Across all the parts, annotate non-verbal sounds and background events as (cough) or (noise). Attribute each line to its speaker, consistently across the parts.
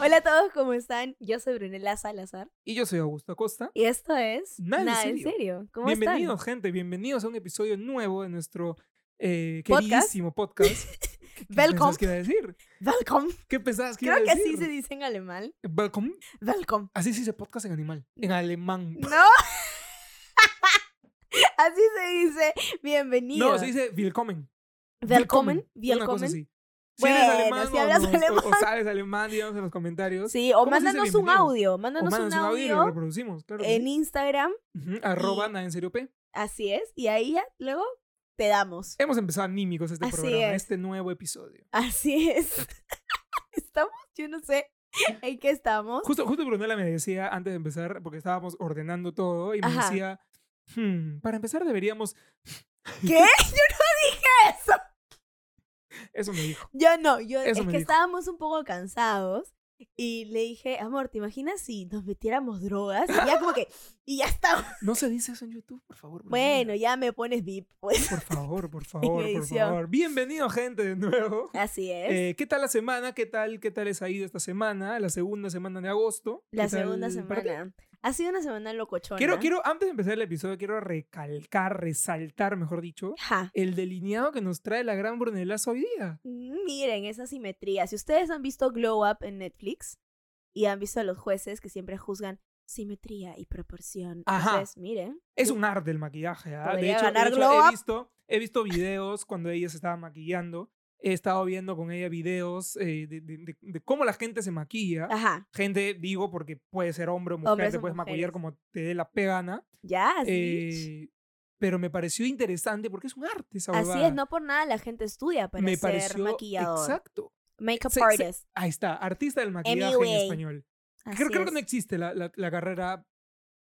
Speaker 1: Hola a todos, ¿cómo están? Yo soy Brunella Salazar
Speaker 2: Y yo soy Augusto Acosta.
Speaker 1: y esto es
Speaker 2: Nada en
Speaker 1: en
Speaker 2: serio.
Speaker 1: serio. ¿Cómo
Speaker 2: Bienvenidos, gente. Bienvenidos a un episodio nuevo de nuestro eh,
Speaker 1: Podcast. (laughs)
Speaker 2: queridísimo podcast. ¿Qué
Speaker 1: Welcome.
Speaker 2: pensabas que iba a decir?
Speaker 1: están? Welcome.
Speaker 2: ¿Qué pensabas que iba
Speaker 1: Creo
Speaker 2: a
Speaker 1: que
Speaker 2: decir?
Speaker 1: así se dice en alemán.
Speaker 2: Welcome. (laughs)
Speaker 1: Welcome.
Speaker 2: Así se dice podcast en animal. En alemán.
Speaker 1: No. (laughs) así se dice bienvenido.
Speaker 2: No, se dice willkommen.
Speaker 1: Welcome.
Speaker 2: Una cosa
Speaker 1: Welcome.
Speaker 2: así. Si
Speaker 1: Bueno,
Speaker 2: eres alemán,
Speaker 1: si
Speaker 2: o
Speaker 1: hablas
Speaker 2: nos- o-
Speaker 1: alemán.
Speaker 2: O, sabes alemán, díganos en los comentarios.
Speaker 1: Sí, o
Speaker 2: ¿Cómo se dice
Speaker 1: mándanos un
Speaker 2: bienvenido?
Speaker 1: audio.
Speaker 2: o
Speaker 1: Mándanos
Speaker 2: mandas
Speaker 1: un
Speaker 2: y lo
Speaker 1: audio
Speaker 2: reproducimos. Claro. que
Speaker 1: en
Speaker 2: sí.
Speaker 1: Instagram.
Speaker 2: Ujú, Arroba nada en serio P.
Speaker 1: Así es. Y ahí ya luego te damos. (laughs)
Speaker 2: Hemos empezado anímicos este
Speaker 1: Así
Speaker 2: programa,
Speaker 1: es.
Speaker 2: este nuevo episodio.
Speaker 1: Así es. (laughs) estamos, yo no sé en qué estamos.
Speaker 2: Justo, justo Brunella me decía antes de empezar, porque estábamos ordenando todo, y me
Speaker 1: Ajá.
Speaker 2: decía, "Hmm, para empezar deberíamos...
Speaker 1: ¿Qué? (laughs) Yo no dije eso.
Speaker 2: Eso me dijo.
Speaker 1: Yo no, yo
Speaker 2: Eso
Speaker 1: es
Speaker 2: me
Speaker 1: que
Speaker 2: dijo.
Speaker 1: estábamos un poco cansados y le dije, amor, ¿te imaginas si nos metiéramos drogas? Y ya como que, y ya
Speaker 2: (laughs)
Speaker 1: está.
Speaker 2: No se dice eso en YouTube, por favor.
Speaker 1: Bueno,
Speaker 2: Brunella.
Speaker 1: ya me pones VIP, pues. (laughs)
Speaker 2: Por favor, por favor, por
Speaker 1: edición.
Speaker 2: favor. Bienvenido, gente, de nuevo.
Speaker 1: Así es.
Speaker 2: Eh, ¿Qué tal la semana? ¿Qué tal, ¿Qué tal les ha ido esta semana? La segunda semana de agosto. ¿Qué
Speaker 1: la
Speaker 2: tal
Speaker 1: segunda
Speaker 2: para ti?
Speaker 1: semana. Ha sido una semana locochona.
Speaker 2: Quiero, quiero, antes de empezar el episodio, quiero recalcar, resaltar, mejor dicho,
Speaker 1: Ja.
Speaker 2: el delineado que nos trae la gran Brunella hoy día.
Speaker 1: Miren esa simetría. Si ustedes han visto Glow Up en Netflix y han visto a los jueces que siempre juzgan simetría y proporción,
Speaker 2: Ajá.
Speaker 1: entonces miren.
Speaker 2: Es un arte el maquillaje, ¿ah? De
Speaker 1: Podría
Speaker 2: hecho, de
Speaker 1: ganar
Speaker 2: hecho,
Speaker 1: Glow
Speaker 2: he,
Speaker 1: Up.
Speaker 2: visto, he visto videos cuando ella se estaba maquillando. He estado viendo con ella videos eh, de, de- de- de cómo la gente se maquilla.
Speaker 1: Ajá.
Speaker 2: Gente, digo, porque puede ser hombre o mujer,
Speaker 1: Ah. Hombres
Speaker 2: te
Speaker 1: o
Speaker 2: puedes maquillar
Speaker 1: mujeres. Ah,
Speaker 2: como te dé la pegana.
Speaker 1: Ya, así.
Speaker 2: eh, pero me pareció interesante porque es un arte esa
Speaker 1: así
Speaker 2: huevada.
Speaker 1: es, no por nada la gente estudia para
Speaker 2: me
Speaker 1: ser
Speaker 2: pareció
Speaker 1: maquillador.
Speaker 2: Exacto.
Speaker 1: Makeup
Speaker 2: Se- se-
Speaker 1: artist.
Speaker 2: Ahí está, artista del maquillaje en
Speaker 1: MUA.
Speaker 2: español.
Speaker 1: Así
Speaker 2: Creo, creo que
Speaker 1: es.
Speaker 2: no existe la, la- la carrera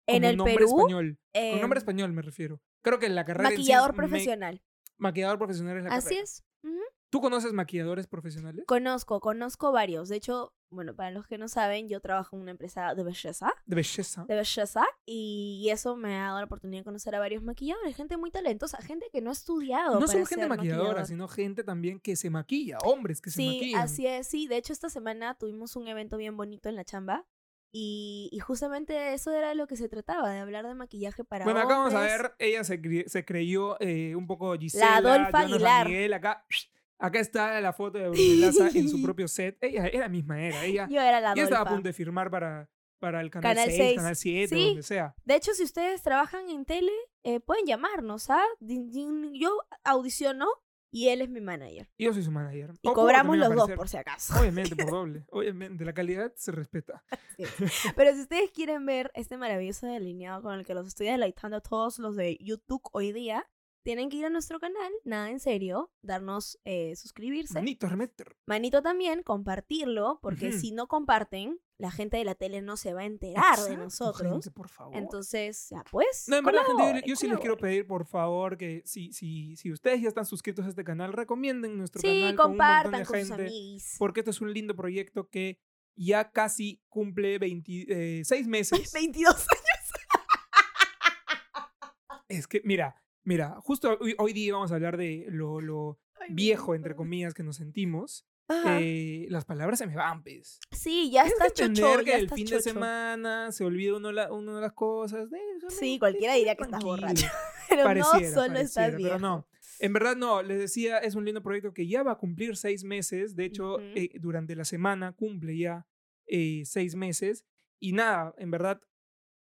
Speaker 1: en
Speaker 2: como
Speaker 1: el
Speaker 2: nombre
Speaker 1: Perú,
Speaker 2: español. Con
Speaker 1: em,
Speaker 2: nombre español me refiero. Creo que la carrera en sí es
Speaker 1: maquillador
Speaker 2: make-
Speaker 1: profesional.
Speaker 2: Maquillador profesional es la
Speaker 1: Así
Speaker 2: carrera.
Speaker 1: es. Ujú.
Speaker 2: ¿Tú conoces maquilladores profesionales?
Speaker 1: Conozco, conozco varios. De hecho, bueno, para los que no saben, yo trabajo en una empresa de belleza,
Speaker 2: De belleza.
Speaker 1: de belleza, y eso me ha dado la oportunidad de conocer a varios maquilladores, gente muy talentosa, gente que no ha estudiado.
Speaker 2: No
Speaker 1: para
Speaker 2: solo gente
Speaker 1: ser
Speaker 2: maquilladora,
Speaker 1: maquillador.
Speaker 2: sino gente también que se maquilla, hombres que se
Speaker 1: Sí,
Speaker 2: maquillan.
Speaker 1: así es, sí. De hecho, esta semana tuvimos un evento bien bonito en la chamba. Y, y justamente eso era lo que se trataba, de hablar de maquillaje para
Speaker 2: Bueno, acá vamos a
Speaker 1: hombres.
Speaker 2: ver, ella se, cre- se creyó eh, un poco Gisela,
Speaker 1: Adolfa
Speaker 2: Jonas Van
Speaker 1: Aguilar.
Speaker 2: Miguel, acá, acá está la foto de
Speaker 1: (laughs)
Speaker 2: Brunelaza en su propio set. Ella era misma, era. Ella,
Speaker 1: Yo era la
Speaker 2: ella estaba a
Speaker 1: Adolfa.
Speaker 2: punto de firmar para, para el canal,
Speaker 1: Canal
Speaker 2: 6,
Speaker 1: seis.
Speaker 2: canal 7,
Speaker 1: Sí.
Speaker 2: donde sea.
Speaker 1: De hecho, si ustedes trabajan en tele, eh, pueden llamarnos, ¿ah? Din- din- Yo audiciono y él es mi manager.
Speaker 2: Y yo soy su manager.
Speaker 1: Y
Speaker 2: O puedo
Speaker 1: cobramos
Speaker 2: también
Speaker 1: los dos,
Speaker 2: aparecer.
Speaker 1: por si
Speaker 2: (laughs)
Speaker 1: acaso.
Speaker 2: Obviamente, por doble. Obviamente, la calidad se
Speaker 1: (laughs)
Speaker 2: respeta.
Speaker 1: Pero si ustedes quieren ver este maravilloso delineado con el que los estoy deleitando a todos los de YouTube hoy día, tienen que ir a nuestro canal, nada en serio, darnos, eh, suscribirse.
Speaker 2: Manito, remeter.
Speaker 1: Manito también, compartirlo, porque
Speaker 2: Ujú.
Speaker 1: si no comparten, la gente de la tele no se va a enterar de
Speaker 2: Exacto,
Speaker 1: nosotros.
Speaker 2: gente, por favor.
Speaker 1: Entonces, ya pues.
Speaker 2: no, en verdad, gente, yo- yo,
Speaker 1: colaboren,
Speaker 2: sí les quiero
Speaker 1: colaboren.
Speaker 2: pedir, por favor, que si, si, si ustedes ya están suscritos a este canal, recomienden nuestro
Speaker 1: Sí,
Speaker 2: canal. con un montón
Speaker 1: compartan
Speaker 2: de
Speaker 1: con sus
Speaker 2: gente,
Speaker 1: amiguis.
Speaker 2: Porque esto es un lindo proyecto que ya casi cumple
Speaker 1: (laughs)
Speaker 2: 26 (laughs) meses.
Speaker 1: 22
Speaker 2: es que, mira, mira, justo hoy, hoy día vamos a hablar de lo, lo
Speaker 1: años.
Speaker 2: viejo, entre comillas, que nos sentimos.
Speaker 1: Ajá.
Speaker 2: Eh, las palabras se me van, pues.
Speaker 1: Ah, sí, ya
Speaker 2: Tienes
Speaker 1: está
Speaker 2: que entender
Speaker 1: chocho,
Speaker 2: que
Speaker 1: ya
Speaker 2: el
Speaker 1: está
Speaker 2: fin
Speaker 1: chocho.
Speaker 2: de semana se olvida uno, la- uno de las cosas. eh, o sea,
Speaker 1: Sí,
Speaker 2: no,
Speaker 1: cualquiera
Speaker 2: eh,
Speaker 1: diría que estás
Speaker 2: tranquilo.
Speaker 1: borracho, pero no
Speaker 2: Pareciera,
Speaker 1: solo estás
Speaker 2: pareciera,
Speaker 1: bien.
Speaker 2: Pero no, en verdad no, les decía, es un lindo proyecto que ya va a cumplir seis meses. De hecho,
Speaker 1: Ujú.
Speaker 2: eh, durante la semana cumple ya eh, seis meses. Y nada, en verdad,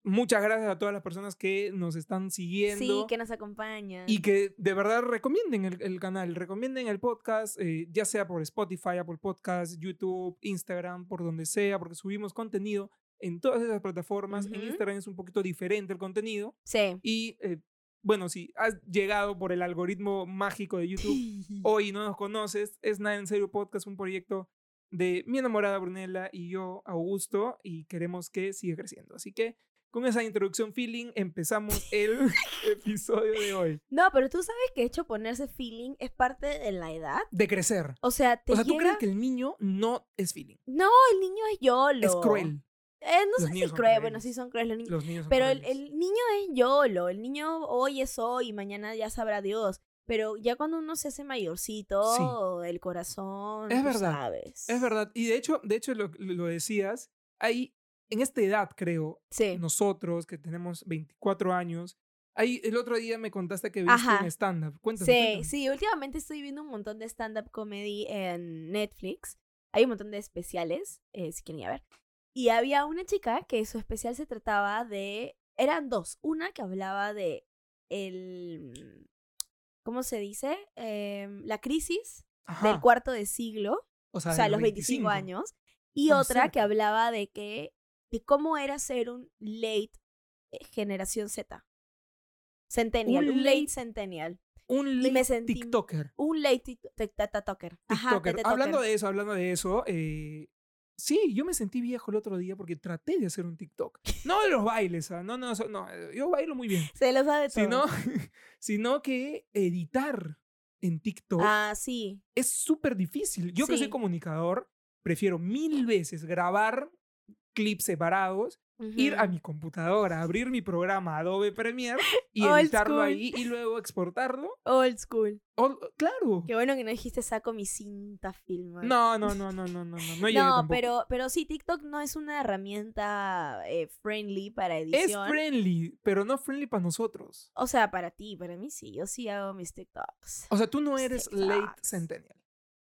Speaker 2: muchas gracias a todas las personas que nos están siguiendo.
Speaker 1: Sí, que nos acompañan.
Speaker 2: Y que de verdad recomienden el, el canal, recomienden el podcast, eh, ya sea por Spotify, Apple Podcasts, YouTube, Instagram, por donde sea, porque subimos contenido en todas esas plataformas. En
Speaker 1: Ujú.
Speaker 2: Instagram es un poquito diferente el contenido.
Speaker 1: Sí.
Speaker 2: Y eh, bueno, si has llegado por el algoritmo mágico de YouTube hoy y no nos conoces, es Nada en Serio Podcast, un proyecto de mi enamorada Brunella y yo, Augusto, y queremos que siga creciendo. Así que con esa introducción feeling empezamos el (laughs) episodio de hoy.
Speaker 1: (gasps) No, pero tú sabes que hecho ponerse feeling es parte de la edad.
Speaker 2: de crecer.
Speaker 1: O sea, te
Speaker 2: O sea, ¿tú
Speaker 1: llega-
Speaker 2: crees que el niño no es feeling?
Speaker 1: No, el niño es YOLO.
Speaker 2: Es cruel.
Speaker 1: Eh, no
Speaker 2: Los
Speaker 1: sé si
Speaker 2: niños
Speaker 1: es
Speaker 2: son
Speaker 1: cruel. Bueno,
Speaker 2: crueles.
Speaker 1: sí son crueles los niños.
Speaker 2: Los niños son
Speaker 1: Pero el,
Speaker 2: crueles.
Speaker 1: el niño es YOLO, el niño hoy es hoy, mañana ya sabrá Dios. Pero ya cuando uno se hace mayorcito, el corazón,
Speaker 2: Es
Speaker 1: tú
Speaker 2: verdad,
Speaker 1: sabes.
Speaker 2: Es verdad. Y de hecho, de hecho lo, lo decías, hay, en esta edad, creo,
Speaker 1: Sí.
Speaker 2: nosotros que tenemos 24 años, hay, el otro día me contaste que viste
Speaker 1: Ajá.
Speaker 2: un stand-up. Cuéntame.
Speaker 1: Sí,
Speaker 2: cuéntame.
Speaker 1: sí, últimamente estoy viendo un montón de stand-up comedy en Netflix. Hay un montón de especiales, eh, si quieren ir a ver. Y había una chica que su especial se trataba de... Eran dos. Una que hablaba de el... ¿Cómo se dice? Em, la crisis
Speaker 2: Ajá.
Speaker 1: del cuarto de siglo. o sea,
Speaker 2: de Ah,
Speaker 1: los 25, años, y
Speaker 2: Estamos
Speaker 1: otra que
Speaker 2: cerca.
Speaker 1: hablaba de que de cómo era ser un late eh, generación Z. Centennial,
Speaker 2: Un
Speaker 1: un late
Speaker 2: late-
Speaker 1: centennial,
Speaker 2: Un
Speaker 1: me
Speaker 2: late
Speaker 1: sentí-
Speaker 2: TikToker.
Speaker 1: un late tic- tic- ta- ta- toker. Ajá,
Speaker 2: TikToker.
Speaker 1: tete-
Speaker 2: hablando
Speaker 1: toker.
Speaker 2: de eso, hablando de eso, eh, sí, yo me sentí viejo el otro día porque traté de hacer un TikTok. No de los bailes, ah, no, no, so- no, eh, yo bailo muy
Speaker 1: (laughs)
Speaker 2: bien.
Speaker 1: se lo sabe todo.
Speaker 2: Sino, (laughs) sino que editar en TikTok
Speaker 1: Ah, sí.
Speaker 2: es súper difícil. Yo que soy
Speaker 1: Sí.
Speaker 2: comunicador, prefiero mil veces grabar clips separados, ir a
Speaker 1: Ujú.
Speaker 2: mi computadora, abrir mi programa
Speaker 1: (laughs)
Speaker 2: Adobe Premiere y
Speaker 1: Old
Speaker 2: editarlo
Speaker 1: school.
Speaker 2: ahí y luego exportarlo.
Speaker 1: Old school.
Speaker 2: O- claro.
Speaker 1: (laughs) Qué bueno que no dijiste saco mi cinta film.
Speaker 2: No, no, no, no, no, no, no, no llegué
Speaker 1: No,
Speaker 2: tampoco.
Speaker 1: pero, pero sí, TikTok no es una herramienta eh, friendly para
Speaker 2: es
Speaker 1: edición.
Speaker 2: friendly, pero no friendly para nosotros.
Speaker 1: o sea, para ti, para mí sí. Yo sí hago mis TikToks.
Speaker 2: O sea, tú no eres late
Speaker 1: Exacto.
Speaker 2: centennial.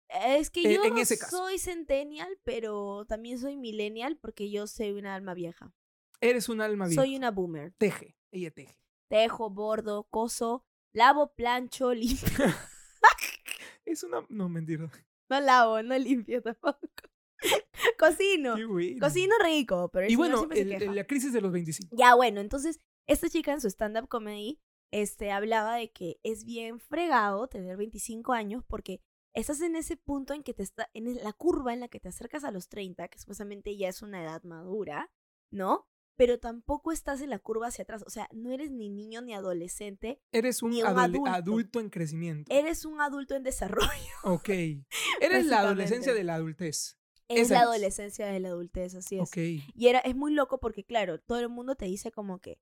Speaker 1: Es que
Speaker 2: Eh,
Speaker 1: yo
Speaker 2: en ese caso.
Speaker 1: soy centennial, pero también soy millennial porque yo soy una alma vieja.
Speaker 2: Eres un alma viva.
Speaker 1: Soy una boomer.
Speaker 2: Teje, ella teje.
Speaker 1: Tejo, bordo, coso, lavo, plancho, (laughs) limpio.
Speaker 2: Es una... No, mentira.
Speaker 1: No lavo, no limpio tampoco. (laughs) Cocino.
Speaker 2: Qué bueno.
Speaker 1: Cocino rico, pero el
Speaker 2: Y
Speaker 1: señor
Speaker 2: bueno,
Speaker 1: siempre se
Speaker 2: el- el-
Speaker 1: queja.
Speaker 2: la crisis de los 25.
Speaker 1: Ya bueno, entonces esta chica en su stand-up comedy este, hablaba de que es bien fregado tener 25 años porque estás en ese punto en que te está, en la curva en la que te acercas a los 30, que supuestamente ya es una edad madura, ¿no? Pero tampoco estás en la curva hacia atrás, o sea, no eres ni niño ni adolescente,
Speaker 2: Eres un,
Speaker 1: Ni un
Speaker 2: adole-
Speaker 1: adulto.
Speaker 2: adulto.
Speaker 1: (laughs)
Speaker 2: en crecimiento.
Speaker 1: eres un adulto en desarrollo. (laughs)
Speaker 2: Ok. Eres la adolescencia
Speaker 1: Básicamente.
Speaker 2: de la adultez.
Speaker 1: Es
Speaker 2: Esa
Speaker 1: la
Speaker 2: es.
Speaker 1: adolescencia de la adultez, así es.
Speaker 2: Ok.
Speaker 1: Y era, es muy loco porque, claro, todo el mundo te dice como que,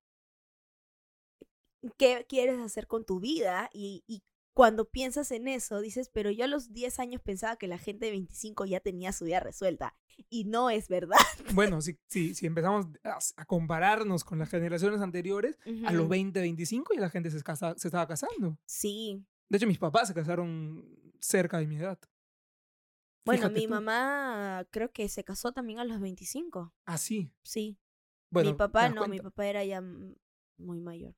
Speaker 1: ¿qué quieres hacer con tu vida? Y, y cuando piensas en eso, dices, pero yo a los 10 años pensaba que la gente de 25 ya tenía su vida resuelta. Y no es verdad.
Speaker 2: Bueno, si, si, si empezamos a, a compararnos con las generaciones anteriores, a los
Speaker 1: Ujú.
Speaker 2: 20, 25 ya la gente se, casa- se estaba casando.
Speaker 1: Sí.
Speaker 2: De hecho, mis papás se casaron cerca de mi edad.
Speaker 1: Bueno,
Speaker 2: Fíjate
Speaker 1: mi
Speaker 2: tú.
Speaker 1: mamá creo que se casó también a los 25.
Speaker 2: Así.
Speaker 1: Sí.
Speaker 2: Bueno,
Speaker 1: mi
Speaker 2: ¿te
Speaker 1: papá
Speaker 2: das
Speaker 1: no, mi
Speaker 2: cuenta?
Speaker 1: papá era ya mm, muy mayor.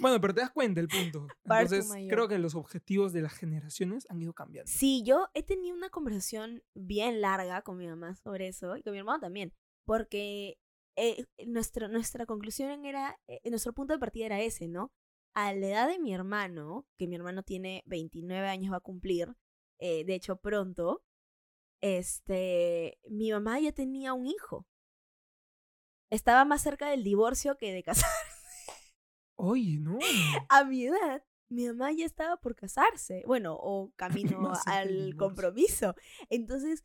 Speaker 2: Bueno, pero te das cuenta
Speaker 1: (laughs)
Speaker 2: el punto.
Speaker 1: Parto
Speaker 2: Entonces,
Speaker 1: mayor.
Speaker 2: creo que los objetivos de las generaciones han ido cambiando.
Speaker 1: Sí, yo he tenido una conversación bien larga con mi mamá sobre eso y con mi hermano también, porque eh, nuestro- nuestra conclusión era, eh, nuestro punto de partida era ese, ¿no? A la edad de mi hermano, que mi hermano tiene 29 años, va a cumplir, eh, de hecho pronto, este, mi mamá ya tenía un hijo. Estaba más cerca del divorcio que de casar.
Speaker 2: Oye, no.
Speaker 1: A mi edad, mi mamá ya estaba por casarse, bueno,
Speaker 2: (laughs)
Speaker 1: o camino
Speaker 2: Más cerca del
Speaker 1: al
Speaker 2: divorcio.
Speaker 1: compromiso. Entonces,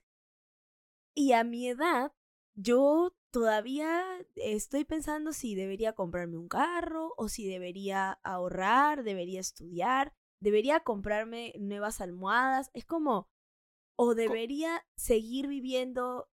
Speaker 1: y a mi edad, yo todavía estoy pensando si debería comprarme un carro o si debería ahorrar, debería estudiar, debería comprarme nuevas almohadas. Es como, o debería seguir viviendo,